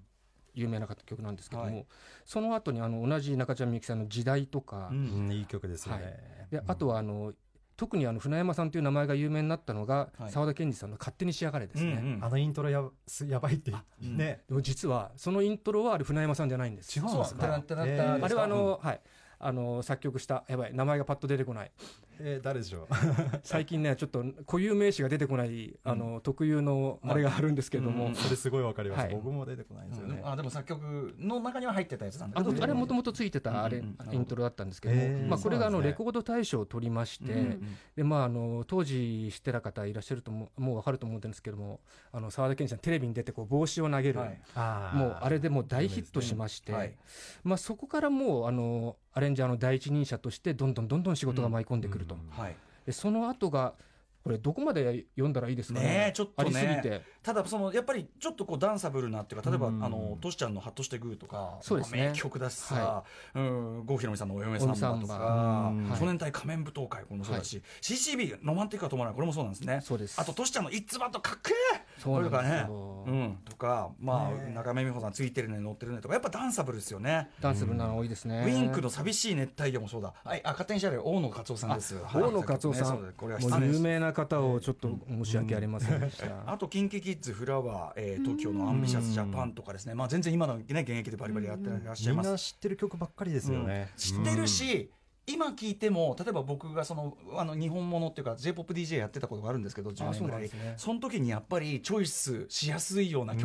Speaker 6: 有名な曲なんですけども、
Speaker 3: はい
Speaker 6: その後にあの同じ中島みゆきさんの「時代」とか、
Speaker 3: うん
Speaker 4: うんいい曲ですよね。
Speaker 6: はいであとはあの特にあの船山さんという名前が有名になったのが
Speaker 3: はい
Speaker 6: 澤、田研二さんの「勝手にしやがれ」ですね。
Speaker 3: うんうん
Speaker 4: あのイントロやすやばいって
Speaker 3: うん
Speaker 4: ね、
Speaker 6: でも実はそのイントロはあれ船山さんじゃないんです
Speaker 4: 違うんです
Speaker 3: そうだ
Speaker 4: か
Speaker 3: だだだ
Speaker 4: え
Speaker 3: です
Speaker 6: あ
Speaker 3: か
Speaker 6: れはあの、はいあの作曲したやばい名前がパッと出てこ ない
Speaker 4: ーえー誰でしょう
Speaker 6: 最近ねちょっと固有名詞が出てこないあの、特有のあれがあるんですけども、
Speaker 3: うん
Speaker 4: それすごいわかります、
Speaker 6: はい
Speaker 4: 僕も出てこないんですよね、
Speaker 3: あでも作曲の中には入ってたやつなんだ
Speaker 6: あ
Speaker 3: けど
Speaker 6: とあれもともとついて
Speaker 3: うんうん
Speaker 6: たあれ、
Speaker 3: なるほど
Speaker 6: イントロだったんですけども、
Speaker 4: へー
Speaker 6: まあ、これがあ
Speaker 4: そう
Speaker 6: の
Speaker 4: なんで
Speaker 6: レ
Speaker 4: すね
Speaker 6: コード大賞を取りまして、
Speaker 5: うん
Speaker 6: でまあ、あの当時知ってた方いらっしゃるとももう分かると思うんですけどもあの澤田研二さんテレビに出てこう帽子を投げる、
Speaker 3: はい
Speaker 4: あー
Speaker 6: もうあれでもう大ヒットしまして、
Speaker 3: はい
Speaker 6: まあ、そこからもうあのアレンジャーの第一人者としてどんどんどんどん仕事が舞い込んでくると、
Speaker 4: うん
Speaker 3: はい
Speaker 6: でその後がこれどこまで読んだらいいですかね
Speaker 3: ねえちょっとね
Speaker 6: ありすぎて
Speaker 3: ただそのやっぱりちょっとこうダンサブルなっていうか例えばあ
Speaker 4: うん
Speaker 3: のトシちゃんのハッとしてグーとか
Speaker 6: そうですね
Speaker 3: まあ名曲だしさうん郷ひろみさんのお嫁
Speaker 6: お
Speaker 3: さ
Speaker 6: 嫁さん
Speaker 3: ん
Speaker 6: ば
Speaker 3: とか
Speaker 4: うん
Speaker 3: 少年隊仮面舞踏会これもそうだし CCB ロマンティックは止まらないこれもそうなんですね
Speaker 6: そうです
Speaker 3: あとトシちゃんのいつばとかっけえ
Speaker 6: そうなんですよ
Speaker 3: これとかねうんとかまあ
Speaker 4: ね
Speaker 3: 中目美穂さんついてるね乗ってるねとかやっぱダンサブルですよね
Speaker 6: ダンス部なの多いですね、
Speaker 3: ウィンクの寂しい熱帯魚もそうだ。はい、あ、勝手にしゃべる大野勝夫さんです。はい
Speaker 6: 大野勝夫さ
Speaker 3: そうです
Speaker 6: ん、
Speaker 3: これは
Speaker 6: も
Speaker 3: 失
Speaker 6: う
Speaker 3: 礼
Speaker 6: 有
Speaker 3: し
Speaker 6: 名な方をちょっと申し訳ありませんでした。
Speaker 3: あと、キンキキッズ、フラワー、えー、東京のアンビシャスジャパンとかですね。まあ、全然今のね、現役でバリバリやってらっしゃい
Speaker 4: み
Speaker 3: ま
Speaker 4: ん
Speaker 3: す
Speaker 4: な。知ってる曲ばっかりですよね、
Speaker 3: うん知ってるし、今聞いても例えば僕がそのあの日本ものっていうか j p o p d j やってたことがあるんですけど10
Speaker 6: あ
Speaker 3: 年
Speaker 6: そ
Speaker 3: ぐ
Speaker 6: うな
Speaker 3: ら
Speaker 6: んで
Speaker 3: いそ,、
Speaker 6: すね
Speaker 3: の時にやっぱりチョイスしやすいような
Speaker 4: うん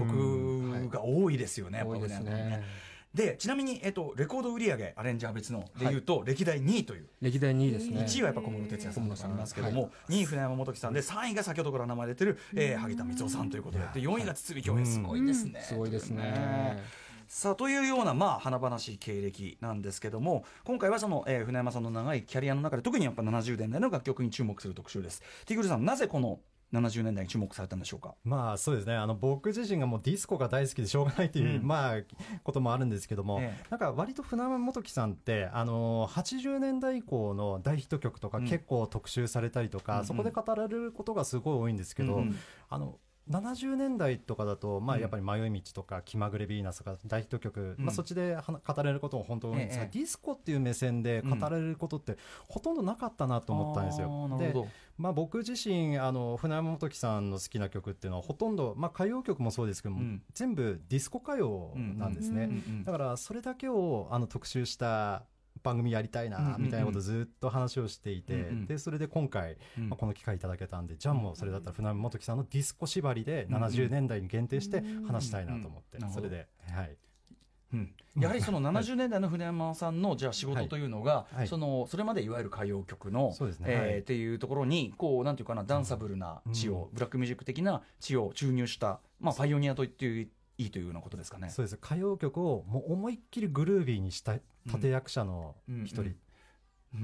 Speaker 6: はい
Speaker 3: 曲が多いですよね、やっぱ
Speaker 6: 多いです
Speaker 3: 俺らの
Speaker 6: ね。
Speaker 3: でちなみに、えっと、レコード売り上げアレンジャー別のでいうと、歴代2位という
Speaker 6: 歴代2位ですね。
Speaker 3: 1位はやっぱ小室哲哉さんとかありますけども、2位船山本樹さんで3位が先ほどから名前出てる、えー萩田光夫さんということでで4位が堤恭平すごいですね。
Speaker 6: すごいですね。
Speaker 3: さあというようなまあ華々しい経歴なんですけども今回はその、えー船山さんの長いキャリアの中で特にやっぱ70年代の楽曲に注目する特集です。ティグルさんなぜこの70年代に注目されたんでしょうか
Speaker 4: まあそうですねあの僕自身がもうディスコが大好きでしょうがないっていう、
Speaker 3: うん
Speaker 4: まあこともあるんですけども、
Speaker 3: ええ
Speaker 4: なんか割と船山本樹さんってあの80年代以降の大ヒット曲とか
Speaker 3: うん
Speaker 4: 結構特集されたりとか、
Speaker 3: うん
Speaker 4: そこで語られることがすごい多いんですけど、
Speaker 3: うん
Speaker 4: あの70年代とかだと、ま
Speaker 3: う
Speaker 4: あ、
Speaker 3: ん
Speaker 4: やっぱり「迷い道」とか「気まぐれヴィーナス」とか大ヒット曲、
Speaker 3: うん
Speaker 4: まあ、そっちではな語られることも本当多いんですが、
Speaker 3: ええ
Speaker 4: ディスコっていう目線で語られることってほとんどなかったなと思ったんですよ。
Speaker 3: あーなる
Speaker 4: で
Speaker 3: ほど
Speaker 4: まあ、僕自身あの船山本樹さんの好きな曲っていうのはほとんど、まあ、歌謡曲もそうですけども、
Speaker 3: うん
Speaker 4: 全部ディスコ歌謡なんですね、
Speaker 5: うんうん
Speaker 4: だからそれだけをあの特集した番組やりたい
Speaker 3: うんうん
Speaker 4: な
Speaker 3: うん
Speaker 4: みたいなことをずっと話をしていて、
Speaker 3: うんうん
Speaker 4: でそれで今回、
Speaker 3: うん
Speaker 4: まあ、この機会いただけたんで、じゃあもうそれだったら船山本樹さんのディスコ縛りで70年代に限定して話したいなと思って、
Speaker 3: うんうんうん
Speaker 4: それで、はい、
Speaker 3: うんやはりその70年代の船山さんのじゃあ仕事というのが、
Speaker 4: はいはい
Speaker 3: そのそれまでいわゆる歌謡曲の、
Speaker 4: そうですね
Speaker 3: えー
Speaker 4: はい
Speaker 3: っていうところにこうなんていうかなダンサブルな地を、ブラックミュージック的な地を注入した、まあ、パイオニアと言っていいというようなことですかね。
Speaker 4: そうです歌謡曲をもう思いっきりグルービーにした立役者の一人、
Speaker 3: うんうんうん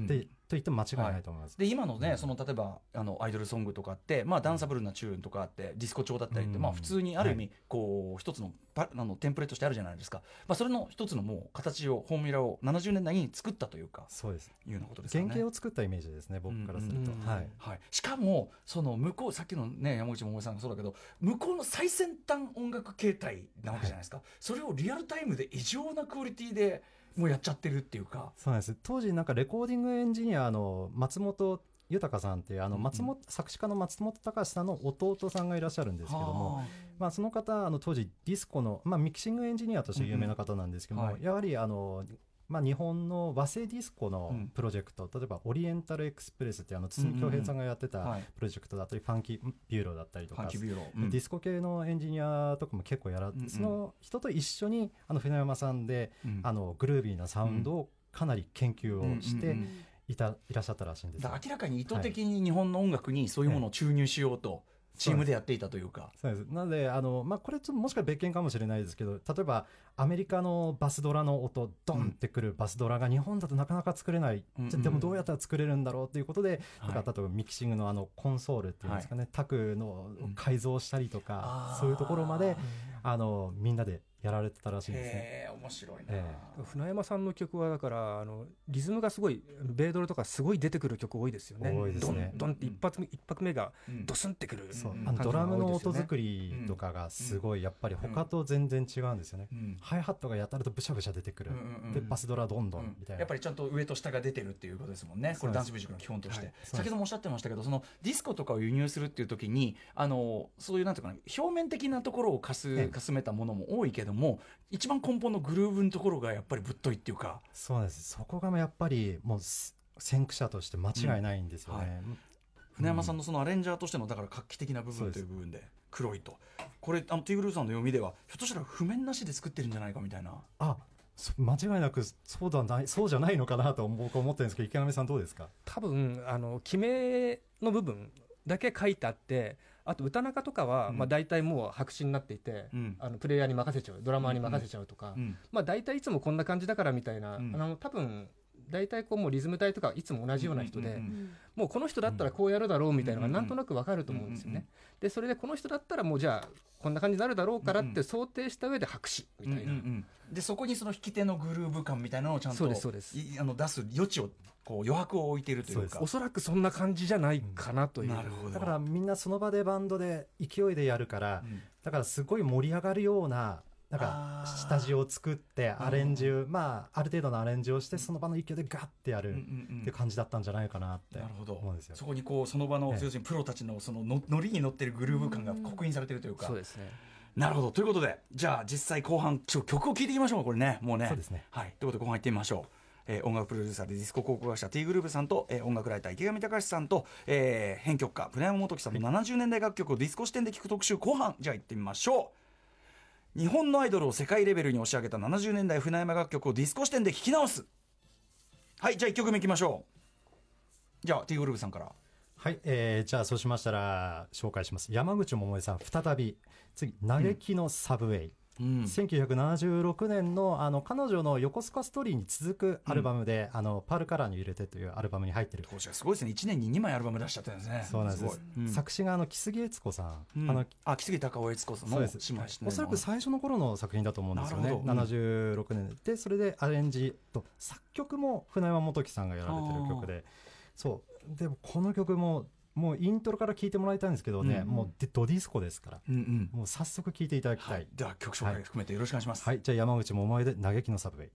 Speaker 4: でと言っても間違いないと思います。
Speaker 3: で今のね、その例えばあのアイドルソングとかって、まあ、ダンサブルなチューンとかあってディスコ調だったりって、
Speaker 4: うん
Speaker 3: まあ、普通にある意味、こう一つのパあのテンプレートとしてあるじゃないですか、まあ、それの一つのもう形をフォーミュラを70年代に作ったというか
Speaker 4: そうです。
Speaker 3: いうようなことですよ
Speaker 4: 原
Speaker 3: ね。
Speaker 4: 型を作ったイメージですね、僕からすると。
Speaker 6: うん
Speaker 4: はい。
Speaker 3: はい、しかもその向こうさっきのね山口百恵さんがそうだけど向こうの最先端音楽形態なわけじゃないですか、それをリアルタイムで異常なクオリティでもうやっちゃってるっていうか。
Speaker 4: そうなんです。当時なんかレコーディングエンジニアの松本豊さんっていうあの
Speaker 3: うんうん
Speaker 4: 松本、作詞家の松本隆さんの弟さんがいらっしゃるんですけども、
Speaker 3: はあ
Speaker 4: まあ、その方あの当時ディスコの、まあ、ミキシングエンジニアとして有名な方なんですけども、
Speaker 3: うんうんはい
Speaker 4: やはりあの、まあ、日本の和製ディスコの
Speaker 3: うん
Speaker 4: プロジェクト、例えばオリエンタルエクスプレスってあの堤恭平さんがやって
Speaker 3: は
Speaker 4: た
Speaker 3: い、
Speaker 4: プロジェクトだったり、ファンキービューローだったりと
Speaker 3: ファ
Speaker 4: か
Speaker 3: ンキービューロー、
Speaker 4: ディスコ系のエンジニアとかも結構やら、
Speaker 3: うんうん
Speaker 4: その人と一緒にあの船山さんで
Speaker 3: うん
Speaker 4: あのグルービーなサウンドをかなり研究をし
Speaker 3: うん
Speaker 4: て
Speaker 3: うん
Speaker 4: いた、いらっしゃったらしいんです
Speaker 3: だ
Speaker 4: よ
Speaker 3: から明らかに意図的に日本の音楽にそういうものを注入しようと、チームでやっていたというか。
Speaker 4: そうですなのであの、まあ、これちょっともしかしたら別件かもしれないですけど例えばアメリカのバスドラの音ドンってくるバスドラが日本だとなかなか作れない、
Speaker 3: うん
Speaker 4: じゃでもどうやったら作れるんだろうということで、
Speaker 3: はい
Speaker 4: とか例えばミキシングのあのコンソールっていうんですかね、タクのを改造したりとか、
Speaker 3: あー
Speaker 4: そういうところまであのみんなでやられてたらしいんですね。
Speaker 3: へえ、面白いな。
Speaker 4: え
Speaker 6: 船山さんの曲はだからあのリズムがすごいベードルとかすごい出てくる曲多いですよね。
Speaker 4: 多いですね
Speaker 6: ドンドンって一発目一拍目が
Speaker 3: うん
Speaker 6: ドスンってくる。
Speaker 4: そう
Speaker 3: うん
Speaker 4: あのドラムの音作
Speaker 6: り。
Speaker 4: りとかがすごいやっぱり他と全然違うんですよね。
Speaker 3: うん
Speaker 4: ハイハットがやたらとブシャブシャ出てくる、
Speaker 3: うんうんうん
Speaker 4: でバスドラどんど
Speaker 3: うん
Speaker 4: み
Speaker 3: ん
Speaker 4: たいな、
Speaker 3: やっぱりちゃんと上と下が出てるっていうことですもんね、こ
Speaker 4: そう
Speaker 3: れ、
Speaker 4: です
Speaker 3: ダンスミュージックの基本として、
Speaker 4: はいそうです
Speaker 3: 先ほどもおっしゃってましたけど、そのディスコとかを輸入するっていう時にあのそういうなんていうかな、表面的なところをか
Speaker 4: え
Speaker 3: す
Speaker 4: え
Speaker 3: かすめたものも多いけども、一番根本のグルーヴのところがやっぱりぶっといっていうか、
Speaker 4: そうなんですそこがやっぱりもうす先駆者として間違いないんですよね、
Speaker 3: 船山さんのそのアレンジャーとしてのだから画期的な部
Speaker 4: そう
Speaker 3: 分と
Speaker 4: です
Speaker 3: いう部分で黒いとこれあのティグルーさんの読みではひょっとしたら譜面なしで作ってるんじゃないかみたいな
Speaker 4: あそ間違いなくそうだないそうじゃないのかなと僕は思ってるんですけど池上さんどうですか
Speaker 6: 多分あの決めの部分だけ書いてあって。あと歌中とかは、
Speaker 3: うん
Speaker 6: まあ大体もう白紙になっていて、
Speaker 3: うん
Speaker 6: あのプレイヤーに任せちゃうドラマーに任せちゃうとか、
Speaker 3: うん
Speaker 6: まあ、大体いつもこんな感じだからみたいな、
Speaker 3: うん
Speaker 6: あの多分大体こうもうリズム体とかいつも同じような人で、
Speaker 3: うんうんうん
Speaker 6: もうこの人だったらこうやるだろうみたいなの
Speaker 3: うん
Speaker 6: がなんとなくわかると思うんですよ
Speaker 3: うんうん
Speaker 6: ね。でそれでこの人だったらもうじゃあこんな感じになるだろうからっ
Speaker 3: うんう
Speaker 6: て想定した上で白紙みたいな、
Speaker 3: うんうんうんでそこにその引き手のグルーヴ感みたいなのをちゃん
Speaker 6: そうで
Speaker 3: と
Speaker 6: すそうです
Speaker 3: いあの出す余地をこう余白を置いているというか
Speaker 6: おそらくそんな感じじゃないかなという。
Speaker 3: なるほど
Speaker 4: だからみんなその場でバンドで勢いでやるから、
Speaker 3: うん
Speaker 4: だからすごい盛り上がるようななん
Speaker 3: あ
Speaker 4: か
Speaker 3: ー
Speaker 4: 下地を作ってアレンジをまあある程度のアレンジをしてその場の勢いでガッてや
Speaker 3: う
Speaker 4: る
Speaker 3: ん
Speaker 4: っ
Speaker 3: うんうん
Speaker 4: ていう感じだったんじゃないかなって
Speaker 3: なるほ
Speaker 4: 思
Speaker 3: ど
Speaker 4: うんですよ
Speaker 3: そこにこうその場の
Speaker 4: ええ
Speaker 3: 要するにプロたちのそののノリに乗ってるグルーヴ感が刻印されてるというか
Speaker 6: そうですね。
Speaker 3: なるほどということでじゃあ実際後半ちょ曲を聴いていきましょうこれねもうね
Speaker 4: そうですね
Speaker 3: はいということで後半行ってみましょう、えー音楽プロデューサーでディスコ広告会社 T グループさんと、えー音楽ライター池上隆さんと、えー編曲家船山元樹さんの70年代楽曲をディスコ視点で聴く特集後半じゃあ行ってみましょう日本のアイドルを世界レベルに押し上げた70年代船山楽曲をディスコ視点で聴き直すはいじゃあ1曲目いきましょうじゃあ T グループさんから
Speaker 4: はい、えーじゃあそうしましたら紹介します山口百恵さん再び次「嘆きのサブウェイ」
Speaker 3: うん
Speaker 4: 1976年のあの彼女の横須賀ストーリーに続くアルバムで「あのパールカラーに揺れて」というアルバムに入ってる
Speaker 3: 当時はすごいですね1年に2枚アルバム出しちゃったんですね
Speaker 4: そうなんです
Speaker 3: ごいうん
Speaker 4: 作詞があの木杉悦子さん、
Speaker 3: うん
Speaker 4: あの
Speaker 3: あ木杉高尾悦子さんの
Speaker 4: そう
Speaker 3: 姉
Speaker 4: です
Speaker 3: 妹しない
Speaker 4: おそらく最初の頃の作品だと思うんですよね
Speaker 3: なるほどうん
Speaker 4: 76年でそれでアレンジと作曲も船山本樹さんがやられてる曲でそうでもこの曲ももうイントロから聴いてもらいたいんですけどね、
Speaker 3: うん
Speaker 4: もうでドディスコですから
Speaker 3: うんうん
Speaker 4: もう早速聴いていただきたい、
Speaker 3: は
Speaker 4: はい
Speaker 3: い、では曲紹介含めてよろしくお願いします。
Speaker 4: じゃあ山口百恵で「嘆きのサブウェイ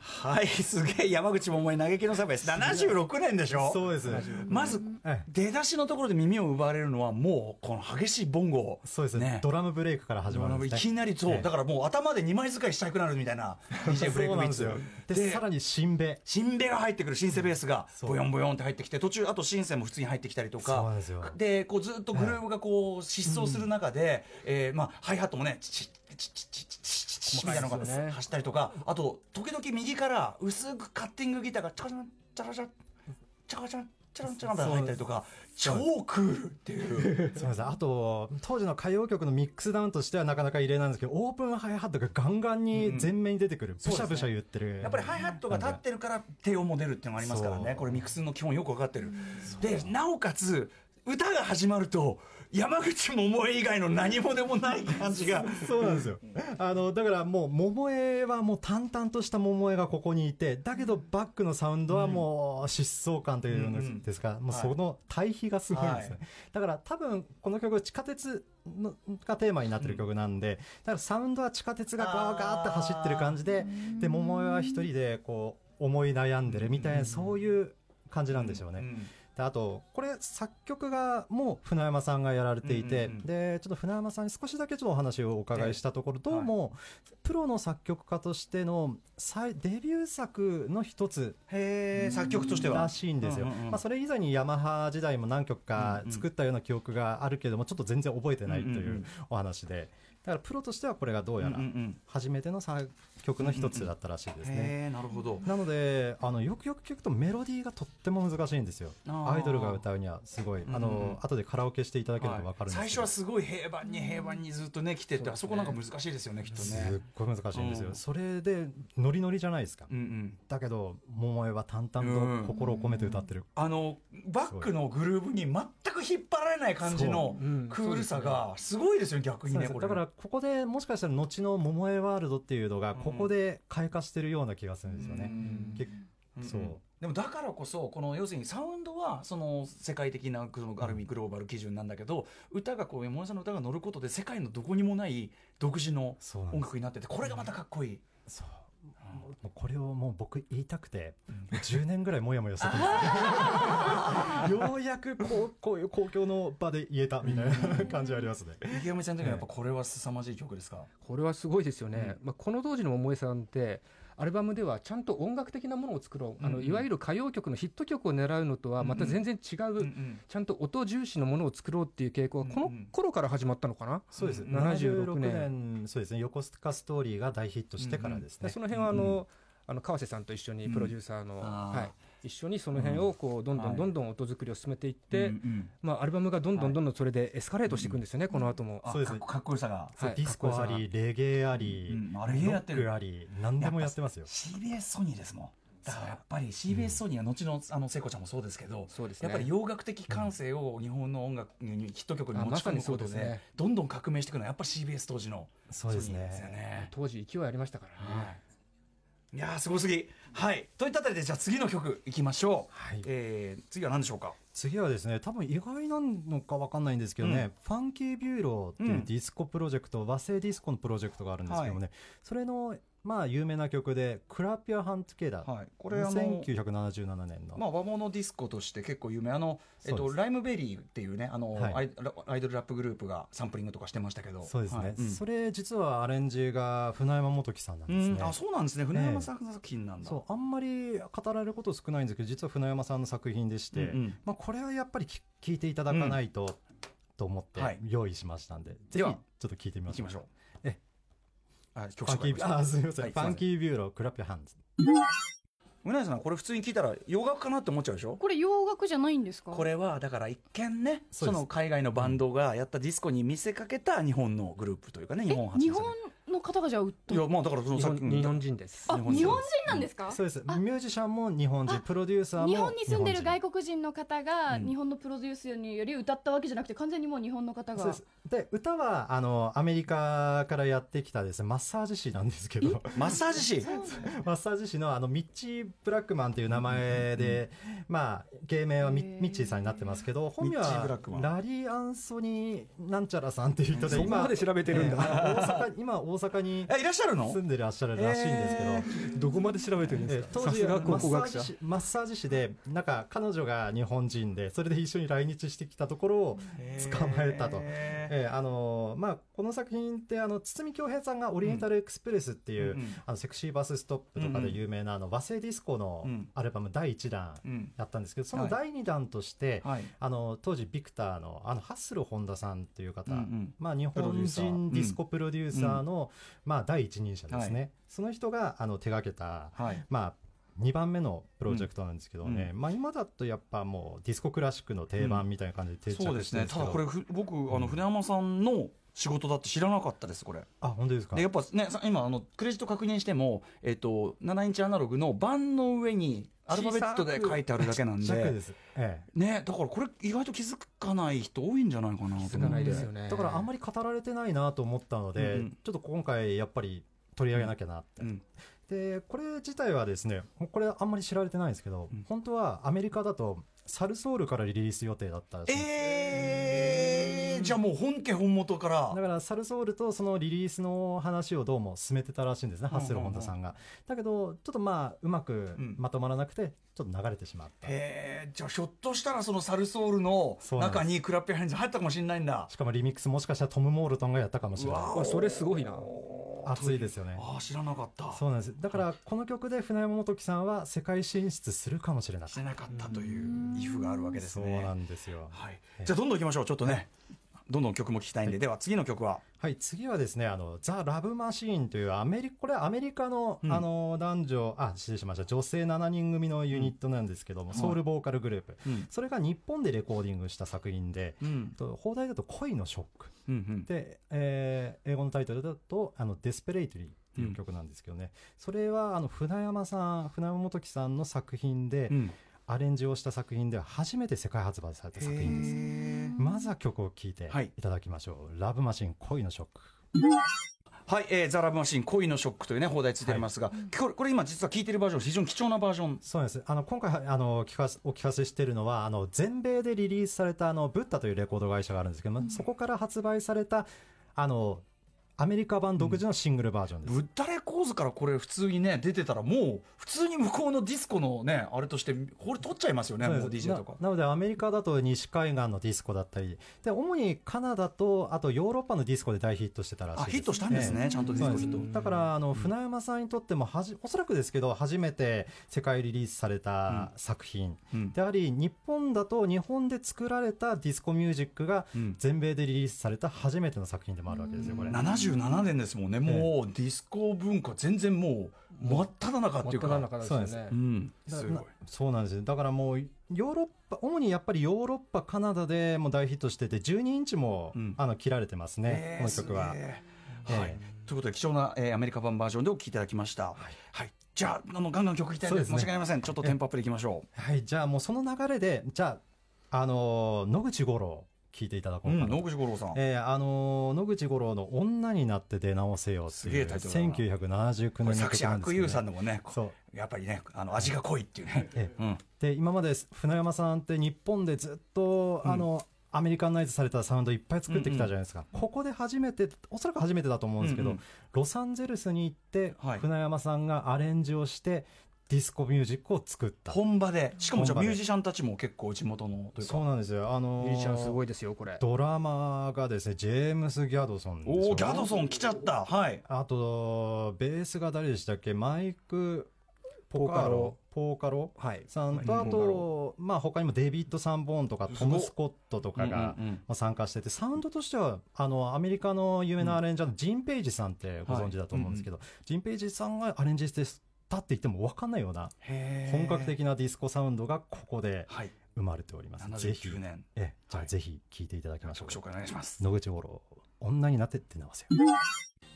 Speaker 3: はい、 すげえ山口百恵嘆きのサブです。76年でし」ょ
Speaker 4: そうです、
Speaker 3: まず、
Speaker 4: ええ
Speaker 3: 出だしのところで耳を奪われるのはもうこの激しいボンゴ
Speaker 4: そうですね
Speaker 3: ね
Speaker 4: ドラムブレイクから始まるん
Speaker 3: い
Speaker 4: です
Speaker 3: き
Speaker 4: ね
Speaker 3: なりそう、
Speaker 4: ええ
Speaker 3: だからもう頭で2枚使いしたくなるみたい な DJ ブレイク
Speaker 4: そう
Speaker 3: ビ
Speaker 4: なん
Speaker 3: ー
Speaker 4: です
Speaker 3: ツ
Speaker 4: よでさらに新兵
Speaker 3: シンベが入ってくるシンセベースが
Speaker 4: そう
Speaker 3: ボヨンボヨンって入ってきて途中あとシンセも普通に入ってきたりと
Speaker 4: そうなん
Speaker 3: か
Speaker 4: ですよ
Speaker 3: でこうずっとグルーヴがこう疾走する中でえーまあハイハットもねチチチチチチチチチチみたいなのが
Speaker 6: 細かいですよね
Speaker 3: 走ったりとかあと時々右から薄くカッティングギターがチャカチャンチャラチャンチャカチャンチチャランチャランが入ったりとか超クールっていう
Speaker 4: すみませんあと当時の歌謡曲のミックスダウンとしてはなかなか入れないんですけどオープンハイハットがガンガンに前面に出てくる、
Speaker 3: そうで
Speaker 4: ブシ
Speaker 3: すね
Speaker 4: ャブシャ言ってる
Speaker 3: やっぱりハイハットが立ってるから低音も出るっていうのがありますから
Speaker 4: そ
Speaker 3: ね
Speaker 4: う
Speaker 3: これミックスの基本よくわかってるでなおかつ歌が始まると山口百恵以外の何もでもない感じが
Speaker 4: そうなんですよ。あの、だからもう、桃江はもう淡々とした桃江がここにいて、だけどバックのサウンドはもう疾走感という
Speaker 3: うんうん
Speaker 4: のですか、もう
Speaker 3: はい
Speaker 4: その対比がすごいんですね。
Speaker 3: はい
Speaker 4: だから多分、この曲、地下鉄のがテーマになってる曲なんで、だからサウンドは地下鉄がガーガーって走ってる感じで、で、桃江は一人でこう、思い悩んでるみたいな、そういう感じなんでしょうね。
Speaker 3: ん
Speaker 4: であとこれ作曲がもう船山さんがやられていて、
Speaker 3: うんうんうん
Speaker 4: でちょっと船山さんに少しだけちょっとお話をお伺いしたところどうも、プロの作曲家としての最デビュー作の一つ
Speaker 3: へえ作曲としては
Speaker 4: らしいんですよ、
Speaker 3: うんうんうん
Speaker 4: まあ、それ以前にヤマハ時代も何曲か作ったような記憶があるけれどもちょっと全然覚えてないと
Speaker 3: うんうんう
Speaker 4: い
Speaker 3: ん
Speaker 4: うお話でだからプロとしてはこれがどう
Speaker 3: うんう
Speaker 4: や
Speaker 3: ん
Speaker 4: ら
Speaker 3: うん
Speaker 4: 初めての作曲の一つだったらしいですね。
Speaker 3: へえなるほど
Speaker 4: なのであのよくよく聞くとメロディーがとっても難しいんですよ
Speaker 3: あー
Speaker 4: アイドルが歌うにはすごいあの、
Speaker 3: うんうん
Speaker 4: 後でカラオケしていただければ分かるんです
Speaker 3: 最
Speaker 4: け
Speaker 3: 初
Speaker 4: ど、
Speaker 3: はすごい平凡に平凡にずっとね来ててあそこなんか難しいですよねきっと
Speaker 4: すっ
Speaker 3: ね
Speaker 4: ごい難しいんですよ、
Speaker 3: うん
Speaker 4: それでノリノリじゃないですか、
Speaker 3: うんうん
Speaker 4: だけど桃江は淡々と心を込めて歌ってる、
Speaker 3: あのバックのグルーヴに全く引っ張られない感じの
Speaker 6: そううん
Speaker 3: クールさがすごいですよね逆に
Speaker 4: そう
Speaker 3: ね
Speaker 4: です
Speaker 3: これ
Speaker 4: だからここでもしかしたら後の桃江ワールドっていうのがここで開花してるような気がするんですよね、
Speaker 3: うん
Speaker 4: 結
Speaker 3: んん
Speaker 4: そう
Speaker 3: でもだからこそこの要するにサウンドはその世界的なそのある意味グローバル基準なんだけど歌がこう山本さんの歌が乗ることで世界のどこにもない独自の
Speaker 4: そうなん
Speaker 3: 音
Speaker 4: です
Speaker 3: 楽になっててこれがまたかっこいい。
Speaker 4: そうもうこれをもう僕言いたくて、10年ぐらいもやもやしてたんです よようやくこうこういう公共の場で言えたみたいな感じはありますね。
Speaker 3: 池上さん的にはやっぱこれは凄まじい曲ですか。
Speaker 6: これはすごいですよね、まあ、この当時の桃江さんってアルバムではちゃんと音楽的なものを作ろう、あ
Speaker 3: う
Speaker 6: の
Speaker 3: ん
Speaker 6: いわゆる歌謡曲のヒット曲を狙うのとはまた全然違う、
Speaker 3: ん
Speaker 6: ちゃんと音重視のものを作ろうっていう傾向はこ
Speaker 3: う
Speaker 6: の
Speaker 3: んうん
Speaker 6: 頃から始まったのかな、
Speaker 4: そうです。
Speaker 6: 76
Speaker 4: 76
Speaker 6: 年
Speaker 4: 年、そうですね。横須賀ストーリーが大ヒットしてからです
Speaker 6: で
Speaker 4: ね。
Speaker 6: その辺はあの、あの川瀬さんと一緒にプロデューサーの、
Speaker 3: んあー
Speaker 6: はい、一緒にその辺をこうどんど
Speaker 3: は
Speaker 6: ん
Speaker 3: い
Speaker 6: どんどん音作りを進めていっ
Speaker 3: うん
Speaker 6: て、
Speaker 3: うん
Speaker 6: まあ、アルバムがどんどんどんどんそれでエスカレートしていくんですよね、この後も。
Speaker 3: あ
Speaker 4: そうですね
Speaker 3: かっこかっこよさが。
Speaker 4: そう
Speaker 6: はい
Speaker 4: ディスコ
Speaker 6: か
Speaker 4: あ
Speaker 6: っこよ
Speaker 4: り、レゲエあり、
Speaker 3: うんあ
Speaker 4: ロ
Speaker 3: れやって
Speaker 4: ッ
Speaker 3: る
Speaker 4: クあり、何でもやってますよ。
Speaker 3: CBS ソニーですもんだからやっぱり CBS ソニーは後のあの聖子ちゃんもそうですけど、
Speaker 6: そうですね
Speaker 3: やっぱり洋楽的感性を日本の音楽にヒット曲に持ち込
Speaker 6: あ
Speaker 3: むこと
Speaker 6: まさにそうで
Speaker 3: です
Speaker 6: ね
Speaker 3: どんどん革命していくのはやっぱ CBS 当時の
Speaker 4: そうです
Speaker 3: ソニー
Speaker 4: ね。
Speaker 3: ね
Speaker 6: 当時勢いありましたからね。
Speaker 3: い、やーすごすぎはいといったあたりでじゃあ次の曲いきましょう、
Speaker 4: はい
Speaker 3: えー次は何でしょうか
Speaker 4: 次はですね、多分意外なのかわかんないんですけどね、
Speaker 3: うん
Speaker 4: ファンキービューローっていうディスコプロジェクト、和製ディスコのプロジェクトがあるんですけどもね、それの、まあ、有名な曲で、クラピアハントケダ、
Speaker 3: はいこ
Speaker 4: こ
Speaker 3: れ
Speaker 4: れ
Speaker 3: あの
Speaker 4: 1977年の、
Speaker 3: まあ、和物ディスコとして結構有名あの、えっ
Speaker 4: そう
Speaker 3: と、
Speaker 4: です
Speaker 3: ライムベリーっていうねあの、
Speaker 4: はい
Speaker 3: アイラアイドルラップグループがサンプリングとかしてましたけど
Speaker 4: そうですね、
Speaker 3: はいうん
Speaker 4: それ実はアレンジが船山元樹さんなんですね、
Speaker 3: うんあそうなんですね船山さんの作品なんだ、
Speaker 4: そうあんまり語られること少ないんですけど実は船山さんの作品でして、
Speaker 3: うんうん
Speaker 4: まあ、これはやっぱりき聞いていただかないと、と思って
Speaker 3: はい
Speaker 4: 用意しましたんで、ぜひ
Speaker 3: で
Speaker 4: ち
Speaker 3: は
Speaker 4: ょっと聞いてみま
Speaker 3: 行
Speaker 4: し
Speaker 3: き
Speaker 4: ょう
Speaker 3: ましょう。
Speaker 4: え
Speaker 3: あ、曲
Speaker 4: ファンキ
Speaker 3: 紹介
Speaker 4: ーあすみません、
Speaker 3: はい
Speaker 4: ファンキービューロークラップハンズ
Speaker 3: うなぎさん、これ普通に聞いたら洋楽かなって思っちゃうでしょ
Speaker 5: これ洋楽じゃないんですか
Speaker 3: これは、だから一見ね、そ
Speaker 4: そ
Speaker 3: う
Speaker 4: です
Speaker 3: の海外のバンドがやったディスコに見せかけた日本のグループというかね、日
Speaker 5: え
Speaker 3: 本
Speaker 5: 日
Speaker 3: 初
Speaker 5: 本の方がじゃあ売った
Speaker 3: いや、まあだからその
Speaker 6: 日
Speaker 3: さっ
Speaker 6: 本
Speaker 3: き
Speaker 6: 日本人です。
Speaker 3: 日
Speaker 5: あ日
Speaker 3: 本
Speaker 5: 本
Speaker 3: 人
Speaker 5: 人なんですか
Speaker 4: そうですミュージシャンも日本人プロデューサーも
Speaker 5: 日本に住んでる外
Speaker 4: 国
Speaker 5: 国人の方が
Speaker 3: うん
Speaker 5: 日本のプロデュースにより歌ったわけじゃなくて完全にもう日本の方
Speaker 4: そうで
Speaker 5: が
Speaker 4: すで歌はあのアメリカからやってきたですねマッサージ師なんですけど
Speaker 3: マッサージ師。
Speaker 4: マッサージ師のあのミッチー・ブラックマンという名前で、まあ、芸名はミ
Speaker 5: へー
Speaker 4: ミッチーさんになってますけど、本名
Speaker 3: ミッチーブラ
Speaker 4: は
Speaker 3: ックマン
Speaker 4: ラリー・アンソニー・なんちゃらさんっていう人で、今、
Speaker 6: 調べて
Speaker 4: ええあの大阪今、大阪に
Speaker 3: え、いらっしゃるの
Speaker 4: 住んでらっしゃるらしいんです けど、
Speaker 6: どこまで調べてるん
Speaker 4: ええ当
Speaker 6: さ
Speaker 4: 時
Speaker 6: す
Speaker 4: マ
Speaker 6: が考
Speaker 4: ッ
Speaker 6: 古
Speaker 4: サ
Speaker 6: 学
Speaker 4: ー
Speaker 6: 者
Speaker 4: ジ。師マッサージ師で、なんか彼女が日本人で、それで一緒に来日してきたところを捕まえたと。
Speaker 3: へ
Speaker 4: ええあのまあ、この作品ってあの堤恭平さんが「オリエンタルエクスプレス」っていう、
Speaker 3: うんうん
Speaker 4: あのセクシーバスストップとかで有名な、あの和製ディスコの
Speaker 3: うん
Speaker 4: アルバム第1弾
Speaker 3: ーうん。
Speaker 4: やったんですけど、その
Speaker 3: はい
Speaker 4: 第2弾として、
Speaker 3: はい。
Speaker 4: あの当時ビクターのあのハッスル本田さんという方、
Speaker 3: うんうん
Speaker 4: まあ、日
Speaker 3: プロデュ
Speaker 4: 本
Speaker 3: ーサーうん
Speaker 4: 人ディスコプロデューサーの、まあ、第一人者ですね、その人があの手掛けた、
Speaker 3: はい。
Speaker 4: まあ、 2番目のプロジェクトなんですけどね、まあ、今だとやっぱもうディスコクラシックの定番みたいな感じで定
Speaker 3: そう
Speaker 4: 着
Speaker 3: で
Speaker 4: し
Speaker 3: す
Speaker 4: てるん
Speaker 3: ね
Speaker 4: です
Speaker 3: た
Speaker 4: けど、
Speaker 3: だこれふ僕あの船山さんの仕事だって知らなかったですこれ
Speaker 4: あ本当ですか
Speaker 3: でやっぱねさ今あのクレジット確認しても、えっと7インチアナログの盤の上にアルファベットで書いてあるだけなん
Speaker 4: ジャック
Speaker 3: で
Speaker 4: です、え
Speaker 3: ねだからこれ意外と気づかない人多いんじゃないかな
Speaker 6: 気
Speaker 3: と
Speaker 6: づか
Speaker 3: 思
Speaker 6: な
Speaker 3: っ
Speaker 6: いで
Speaker 3: て
Speaker 6: すよね
Speaker 4: え、だからあんまり語られてないなと思ったので、
Speaker 3: うんうん
Speaker 4: ちょっと今回やっぱり取り上げなきゃなって、
Speaker 3: うん
Speaker 4: でこれ自体はですねこれあんまり知られてないんですけど、
Speaker 3: うん
Speaker 4: 本当はアメリカだとサルソウルからリリース予定だったらしいんです
Speaker 3: えー、じゃあもう本家本元から
Speaker 4: だからサルソウルとそのリリースの話をどうも進めてたらしいんですね、
Speaker 3: うんうん
Speaker 4: ハッセル本田さんが。だけど、ちょっとまあ、うまく
Speaker 3: うん
Speaker 4: まとまらなくて、ちょっと流れてしまった。
Speaker 3: へえじゃあひょっとしたらそのサルソールの
Speaker 4: そうなんです
Speaker 3: 中にクラッペハンズ入ったかもしれないんだ
Speaker 4: しかもリミックスもしかしたらトム・モールトンがやったかもしれな
Speaker 3: わ
Speaker 6: わそれすごいな
Speaker 4: 熱いですよね
Speaker 3: ああ知らなかった
Speaker 4: い。そうなんです。だから、この曲で船山元樹さんは世界進出するかもしれない。
Speaker 3: してなかったというイフがあるわけです
Speaker 4: そう
Speaker 3: ね
Speaker 4: なんですよ。
Speaker 3: はい、じゃあどんどんいきましょうちょっとねどんどん曲も聞きたいんで、では次の曲は
Speaker 4: はい、次はですね、あの、ザ・ラブ・マシーンというアメリカ、これはアメリカの、
Speaker 3: うん
Speaker 4: あの、男女、あ、失礼しました、女性7人組のユニットなんですけども、ソウルボーカルグループ。
Speaker 3: うん
Speaker 4: それが日本でレコーディングした作品で、
Speaker 3: うん
Speaker 4: と放題だと恋のショック
Speaker 3: うんうん
Speaker 4: で、えー英語のタイトルだとあのデスペレイトリーっていう曲なんですけどね、それはあの船山さん船山元樹さんの作品で、
Speaker 3: うん
Speaker 4: アレンジをした作品では初めて世界発売された作品です
Speaker 3: へー
Speaker 4: まずは曲を聴いて
Speaker 3: はい
Speaker 4: いただきましょう「ラブマシン恋のショック
Speaker 3: はい、えーザ・ラブ・マシン恋のショックというね放題ついておりますが、これこれ今実は聴いてるバージョン非常に貴重なバージョン」
Speaker 4: そうなんですあの今回あの聞かせお聞かせしてるのはあの全米でリリースされたあのブッダというレコード会社があるんですけども、そこから発売されたあのアメリカ版独自のシングルバージョンです、
Speaker 3: ぶったれ構図からこれ普通にね出てたらもう普通に向こうのディスコのねあれとしてこれ取っちゃいますよね
Speaker 4: そう
Speaker 3: も
Speaker 4: で
Speaker 3: う
Speaker 4: す
Speaker 3: DJ とか
Speaker 4: ななのでアメリカだと西海岸のディスコだったりで主にカナダとあとヨーロッパのディスコで大ヒットしてたらしい
Speaker 3: あ
Speaker 4: です
Speaker 3: ヒットしたんですね、
Speaker 4: ええ
Speaker 3: ちゃんとディ
Speaker 4: そう
Speaker 3: ス
Speaker 4: なん
Speaker 3: コ
Speaker 4: で
Speaker 3: ヒッ
Speaker 4: す
Speaker 3: ト
Speaker 4: だからあの船山さんにとってもはじおそらくですけど初めて世界リリースされた作品、
Speaker 3: うん
Speaker 4: であり日本だと日本で作られたディスコミュージックが
Speaker 3: うん
Speaker 4: 全米でリリースされた初めての作品でもあるわけですよこれ。
Speaker 3: 77年ですもんねもうディスコ文化全然もう真っ只中っていうか
Speaker 6: 真っ只中ですよ
Speaker 4: そう
Speaker 6: ね
Speaker 3: うん
Speaker 4: だ
Speaker 3: すごい
Speaker 4: なそうなんですよだからもうヨーロッパ主にやっぱりヨーロッパカナダでもう大ヒットしてて12インチも、
Speaker 3: うん
Speaker 4: あの切られてますね、
Speaker 3: えー
Speaker 4: この曲
Speaker 3: す。
Speaker 4: は
Speaker 3: げえ
Speaker 4: ええ
Speaker 3: はい、ということで貴重な、えーアメリカ版バージョンでお聴きいただきました、はいじゃああのガンガン曲いきたいので
Speaker 4: そうですね
Speaker 3: 間違いませんちょっとテンポアップでいきましょう、
Speaker 4: はい、じゃあもうその流れで、じゃあ、あのー野口五郎、聞いていただこう
Speaker 3: う
Speaker 4: かな。
Speaker 3: ん、野口五郎さん、
Speaker 4: えーあのー野口五郎の「女になって出直せよ」って
Speaker 3: すげ
Speaker 4: い
Speaker 3: え
Speaker 4: う
Speaker 3: タイトルだな
Speaker 4: 1979年
Speaker 3: こ
Speaker 4: の
Speaker 3: れ
Speaker 4: 曲なんで
Speaker 3: 作
Speaker 4: すけ
Speaker 3: 者
Speaker 4: ど、ね、
Speaker 3: 悪友さんのもねこ
Speaker 4: そう
Speaker 3: やっぱりねあの味が濃いっていうね、
Speaker 4: ええ
Speaker 3: うん、
Speaker 4: で今まで船山さんって日本でずっと、あのアメリカンナイズされたサウンドいっぱい作ってきたじゃないですか、ここで初めておそらく初めてだと思うんですけど、
Speaker 3: うんうん
Speaker 4: ロサンゼルスに行って、
Speaker 3: はい
Speaker 4: 船山さんがアレンジをしてディスコミュージックを作った
Speaker 3: 本場でしかもじゃあ
Speaker 4: 本
Speaker 3: ミ
Speaker 4: 場で
Speaker 3: ュージシャンたちも結構地元のというか
Speaker 4: そうなんですよあのー
Speaker 6: ミュージシャンすごいですよこれ
Speaker 4: ドラマーがですねジェームス・ギャドソンですよ
Speaker 3: おおギャドソン来ちゃったはい
Speaker 4: あとベースが誰でしたっけマイク・ポカロポーカロ
Speaker 6: はい
Speaker 4: さんとあと、まあ、他にもデビッド・サンボーンとか
Speaker 3: す
Speaker 4: ト
Speaker 3: ごっ
Speaker 4: ム・スコットとかが
Speaker 3: うんうんうん
Speaker 4: まあ参加しててサウンドとしてはあのアメリカの有名なアレンジャーのジン・ペイジさんってご存知だと思うんですけど、ジン・ペイジさんがアレンジしてたって言っても分かんないような本格的なディスコサウンドがここで
Speaker 3: はい
Speaker 4: 生まれております。ぜひ
Speaker 3: 79年
Speaker 4: ええじゃ
Speaker 3: は
Speaker 4: あ
Speaker 3: い
Speaker 4: ぜひ聴いていただきましょ
Speaker 3: 曲
Speaker 4: う。
Speaker 3: 紹介お願いします
Speaker 4: 野口五郎女になってって直せよ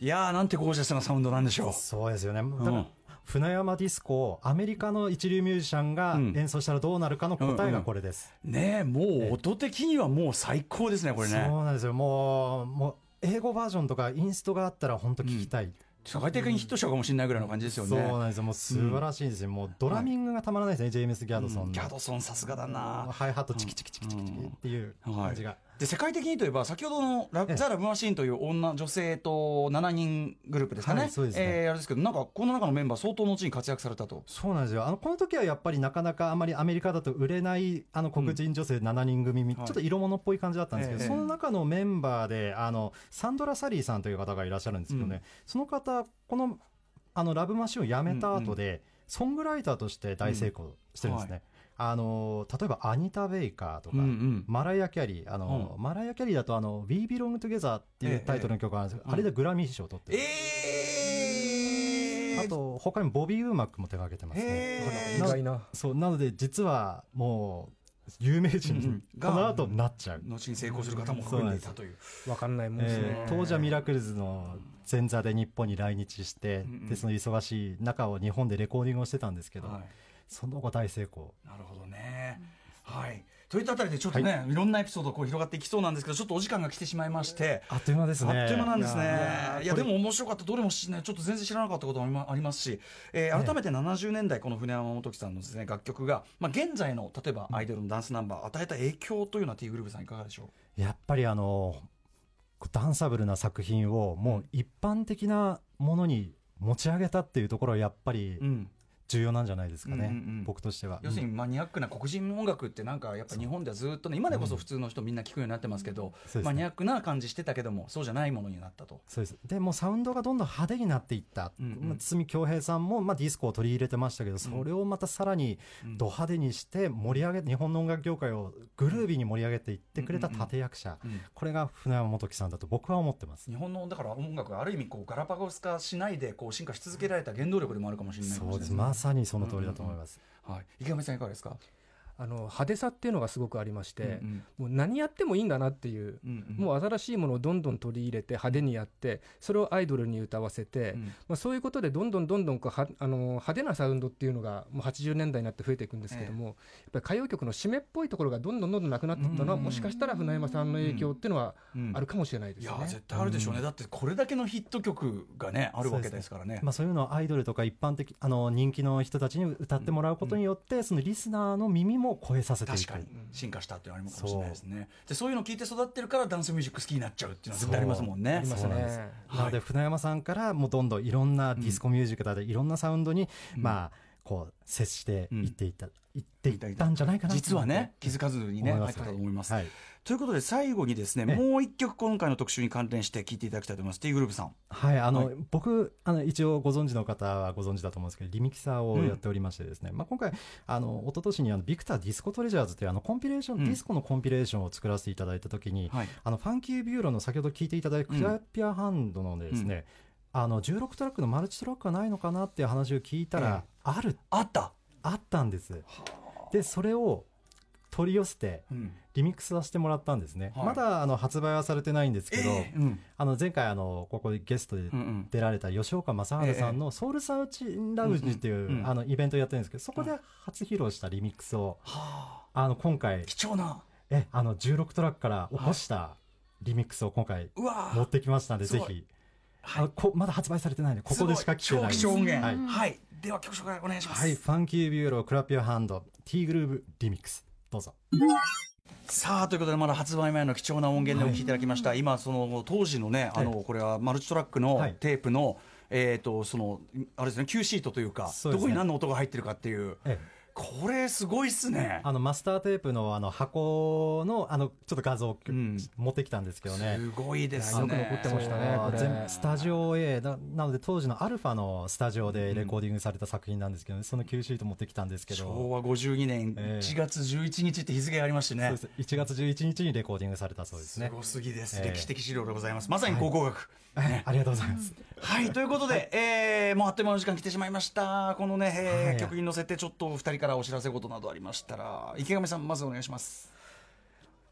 Speaker 3: いやーなんてゴージャスなサウンドなんでしょう
Speaker 4: そうですよね。だか
Speaker 3: う
Speaker 4: ら
Speaker 3: ん
Speaker 4: 船山ディスコをアメリカの一流ミュージシャンが
Speaker 3: うん
Speaker 4: 演奏したらどうなるかの答えがこれです。
Speaker 3: ねえもう音的にはもう最高ですねこれね
Speaker 4: そうなんですよ。もう、もう、英語バージョンとかインストがあったら本当聞きたい。
Speaker 3: 社会的にヒットしたかもしれないぐらいの感じですよ
Speaker 4: そう
Speaker 3: ね
Speaker 4: なんですよ。もう素晴らしいですよ。もうドラミングがたまらないですね。ジェームス・ギャドソンの。
Speaker 3: ギャドソンさすがだ
Speaker 4: もう
Speaker 3: な
Speaker 4: ハイハットチキチキチキチキチキっていう
Speaker 3: は
Speaker 4: 感じが。
Speaker 3: い、で世界的にといえば先ほどのラ
Speaker 4: ええ
Speaker 3: ザ・ラブ・マシーン」という女女性と7人グループですかね,、
Speaker 4: はいそうですね
Speaker 3: えーあれですけどなんかこの中のメンバー相当のうちに活躍されたと
Speaker 4: そうなんですよあのこの時はやっぱりなかなかあまりアメリカだと売れないあの黒人女性7人組、みちょ
Speaker 3: はい
Speaker 4: っと色物っぽい感じだったんですけど、
Speaker 3: ええ
Speaker 4: その中のメンバーであのサンドラ・サリーさんという方がいらっしゃるんですけどね、
Speaker 3: うん
Speaker 4: その方このあのラブマシーンを辞めた後で、ソングライターとして大成功してるんですね、あの例えばアニタ・ベイカーとか、
Speaker 3: うんうん
Speaker 4: マライア・キャリーあの、マライア・キャリーだとあの「We Belong Together」っていうタイトルの曲があるんですけど、あれでグラミー賞を取ってる、
Speaker 3: え
Speaker 2: へー
Speaker 4: あと他にもボビー・ウーマックも手がけてますね
Speaker 2: へ
Speaker 6: 意
Speaker 2: ー
Speaker 4: な
Speaker 6: 外な。
Speaker 4: そうなので実はもう有名人
Speaker 3: うんう
Speaker 4: に
Speaker 3: ん
Speaker 4: この後なっちゃう、
Speaker 3: 後に成功する方も含んでいたという。
Speaker 6: わかんないもんですね。
Speaker 4: えー当時はミラクルズの前座で日本に来日して、
Speaker 3: んうん
Speaker 4: でその忙しい中を日本でレコーディングをしてたんですけど、
Speaker 3: はい
Speaker 4: その後大成功
Speaker 3: なるほどね。はい。といったあたりでちょっとね、い、ろんなエピソードこう広がっていきそうなんですけど、ちょっとお時間が来てしまいまして。
Speaker 4: あっという間ですね
Speaker 3: あっという間なんですね。い
Speaker 4: や
Speaker 3: や
Speaker 4: ー
Speaker 3: でも面白かった、どれもしね、ちょっと全然知らなかったこともありまありますし、えー改めて70年代、この船山本樹さんのです、ね、楽曲が、まあ、現在の例えばアイドルのダンスナンバー、与えた影響というのは、T グループさん、いかがでしょ
Speaker 4: やっぱりあのダンサブルな作品をもう一般的なものに持ち上げたっていうところはやっぱり
Speaker 3: う、うん、
Speaker 4: 重要なんじゃないですかね、
Speaker 3: うんうんうん
Speaker 4: 僕としては。
Speaker 3: 要するにマニアックな黒人音楽ってなんかやっぱ日本ではずっとね今でこそ普通の人みんな聞くようになってますけど、
Speaker 4: そうですね
Speaker 3: マニアックな感じしてたけどもそうじゃないものになったと。
Speaker 4: そうですでもうサウンドがどんどん派手になっていった、
Speaker 3: うんうん
Speaker 4: まあ堤恭平さんも、まあ、ディスコを取り入れてましたけど、それをまたさらに
Speaker 3: うん
Speaker 4: ド派手にして盛り上げ、日本の音楽業界をグルービーに盛り上げていってくれた
Speaker 3: うんうんうん
Speaker 4: 立役者、
Speaker 3: うん
Speaker 4: これが船山本樹さんだと僕は思ってます。
Speaker 3: 日本のだから音楽がある意味こうガラパゴス化しないでこう進化し続けられた原動力でもあるかもしれないか
Speaker 4: そ
Speaker 3: も
Speaker 4: う
Speaker 3: し
Speaker 4: で
Speaker 3: れ
Speaker 4: す
Speaker 3: ない
Speaker 4: まさにその通りだと思います、
Speaker 3: はい、池上さんいかがですか、
Speaker 6: あの派手さっていうのがすごくありまして、
Speaker 3: うん
Speaker 6: もう何やってもいいんだなっていう。
Speaker 3: うんうん
Speaker 6: もう新しいものをどんどん取り入れて派手にやってそれをアイドルに歌わせて、
Speaker 3: うん
Speaker 6: まあ、そういうことでどんどんどんどんこうはあの派手なサウンドっていうのがもう80年代になって増えていくんですけども、やっぱり歌謡曲の締めっぽいところがどんどんどんどんなくなっていったのは、
Speaker 3: うん
Speaker 6: もしかしたら船山さんの影響っていうのは
Speaker 3: うん
Speaker 6: あるかもしれないで
Speaker 3: い
Speaker 6: す
Speaker 3: や
Speaker 6: ね。
Speaker 3: ー絶対あるでしょうね、だってこれだけのヒット曲がねあるわけですからね。
Speaker 4: まあ、そういうのをアイドルとか一般的あの人気の人たちに歌ってもらうことによって、そのリスナーの耳も超えさせていく
Speaker 3: 確かに進化したっていうのはあるかもしれないですねでそういうのを聞いて育ってるからダンスミュージック好きになっちゃうっていうのは絶対ありますもんね
Speaker 6: あります
Speaker 4: そうなんで
Speaker 6: ね。
Speaker 4: なので船山さんからもうどんどんいろんなディスコミュージックだでいろんなサウンドに、
Speaker 3: うん
Speaker 4: まあこう接していっていった、いっていったんじゃないかなと
Speaker 3: 実はね気づかずにね
Speaker 4: 思い
Speaker 3: あ
Speaker 4: ま
Speaker 3: っ
Speaker 4: す
Speaker 3: たと思います、
Speaker 4: はい、
Speaker 3: ということで最後にですね
Speaker 4: ええ
Speaker 3: もう一曲今回の特集に関連して聴いていただきたいと思います T グループさん
Speaker 4: はい、あの、
Speaker 3: は
Speaker 4: 僕あの一応ご存知の方はご存知だと思うんですけどリミキサーをやっておりましてですね、まあ、今回あの一昨年にあのビクターディスコトレジャーズというあのコンピレーション、
Speaker 3: うん
Speaker 4: ディスコのコンピレーションを作らせていただいた時に、
Speaker 3: はい
Speaker 4: あのファンキービューロの先ほど聞いていただいたクラピアハンドのですね、あの16トラックのマルチトラックがないのかなっていう話を聞いたら、ある
Speaker 3: あった、
Speaker 4: あったんです。で、それを取り寄せて、リミックスさせてもらったんですね。
Speaker 3: はい
Speaker 4: まだあの発売はされてないんですけど、
Speaker 3: ええうん
Speaker 4: あの前回あの、ここでゲストで
Speaker 3: うんうん
Speaker 4: 出られた吉岡正治さんのソウルサウチラウジっていう、
Speaker 3: うんうん
Speaker 4: あのイベントやってるんですけど、そこで初披露したリミックスを、あの今回、
Speaker 3: 貴重な
Speaker 4: え、あの16トラックから起こしたリミックスを今回
Speaker 3: うわー
Speaker 4: 持ってきましたんで、
Speaker 3: す
Speaker 4: ぜ
Speaker 3: ごい
Speaker 4: ひ。
Speaker 3: はい
Speaker 4: あこまだ発売されてないんで、ここでしか聞けないです
Speaker 3: すごい超貴重音源
Speaker 4: は
Speaker 3: はいい、では曲紹介お願いします、
Speaker 4: はい、ファンキービューロー、クラップヨハンド、T グルーブリミックス、どうぞ。
Speaker 3: さあということでまだ発売前の貴重な音源でお聞きいただきました、今その当時のねあの
Speaker 4: え
Speaker 3: これはマルチトラックの
Speaker 4: はい
Speaker 3: テープの、えっ、とそのあれですね Q シートというか
Speaker 4: そうで
Speaker 3: どこ
Speaker 4: すね
Speaker 3: に何の音が入ってるかっていう
Speaker 4: ええ
Speaker 3: これすごいっすね
Speaker 4: あのマスターテープのあの箱のあのちょっと画像を
Speaker 3: ん
Speaker 4: 持ってきたんですけどね。
Speaker 3: すごいですね
Speaker 6: よく残ってましたね
Speaker 4: あ
Speaker 6: こ
Speaker 4: ー
Speaker 6: れ
Speaker 4: 全スタジオ A ななので当時のアルファのスタジオでレコーディングされた作品なんですけど、その Q シート持ってきたんですけど
Speaker 3: 昭和52年
Speaker 4: ええ
Speaker 3: 1月11日って日付がありましてね、
Speaker 4: そうです1月11日にレコーディングされたそうです
Speaker 3: す
Speaker 4: ね
Speaker 3: ごすぎです、
Speaker 4: ええ
Speaker 3: 歴史的資料でございますまさに考古学、
Speaker 4: ありがとうございます
Speaker 3: はい、ということで、えーもうあっという間の時間来てしまいました。このね、えー
Speaker 4: はい
Speaker 3: 曲に乗せて、ちょっとお二人からお知らせことなどありましたら、池上さん、まずお願いします。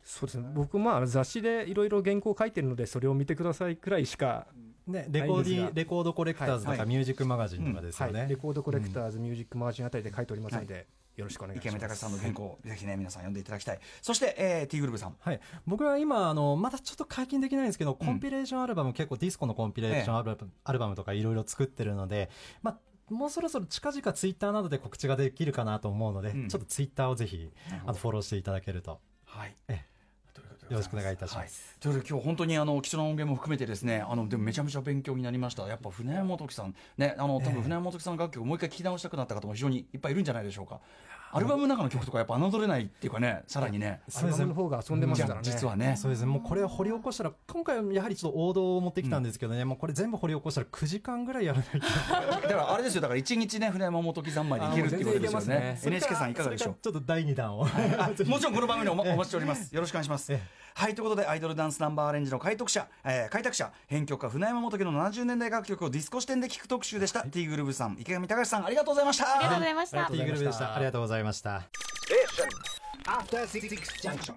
Speaker 6: そうですね。僕まあ雑誌でいろいろ原稿を書いてるのでそれを見てくださいくらいしか、
Speaker 4: ねレコ
Speaker 6: はいい
Speaker 4: ーデ
Speaker 6: いです
Speaker 4: ィ
Speaker 6: が
Speaker 4: レコードコレクターズと
Speaker 3: はいは
Speaker 4: か
Speaker 3: い
Speaker 4: ミュージックマガジンとかです
Speaker 6: は
Speaker 4: よ
Speaker 6: い
Speaker 4: ね、
Speaker 6: レコードコレクターズ、ミュージックマガジンあたりで書いておりますので、よろしくお願いし
Speaker 3: 池上
Speaker 6: ま
Speaker 3: 隆
Speaker 6: す。
Speaker 3: さんの原稿、ぜひね、皆さん読んでいただきたい。そして、えー、T グループさん。
Speaker 4: はい、僕は今あの、まだちょっと解禁できないんですけど、コンピレーションアルバム、結構ディスコのコンピレーションアルバム,、アルバムとかいろいろ作ってるので、まあ、もうそろそろ近々ツイッターなどで告知ができるかなと思うので、
Speaker 3: ん
Speaker 4: ちょっとツイッターをぜひ
Speaker 3: ほ
Speaker 4: あ
Speaker 3: ど
Speaker 4: のフォローしていただけると。
Speaker 3: はい。
Speaker 4: え
Speaker 3: ということでござ
Speaker 4: よろしくお願いいたします。
Speaker 3: はい、ということで今日本当にあの貴重な音源も含めてですね、あのでもめちゃめちゃ勉強になりました。やっぱ船山本樹さんね、あの多分船山本樹さんの楽曲をもう一回聞き直したくなった方も非常にいっぱいいるんじゃないでしょうか。アルバムの中の曲とかやっぱ侮れないっていうかね、さらにね、
Speaker 6: アルバムの方が遊んでますからね。
Speaker 3: 実はね。
Speaker 4: そうですね、もうこれを掘り起こしたら、今回はやはりちょっと王道を持ってきたんですけどね、もうこれ全部掘り起こしたら9時間ぐらいやらないと。
Speaker 3: だからあれですよ、だから一日ね、船山本木三昧でいけるっていうことですよ
Speaker 6: あーもう全然いけ
Speaker 3: ね
Speaker 6: ま。
Speaker 3: NHK さんいかがでしょう
Speaker 4: それらちょっと第2弾を。
Speaker 3: あもちろんこの番組でお,、お待ちしております。よろしくお願いします
Speaker 4: え。
Speaker 3: はいということでアイドルダンスナンバーアレンジの開拓者、えー開拓者編曲家船山元樹の70年代楽曲をディスコ視点で聴く特集でした、T グルーブさん池上隆さんありがとうございました
Speaker 5: ありがとうございました
Speaker 4: ティーグルーブでしたありがとうございました
Speaker 2: Station. After Six Junction.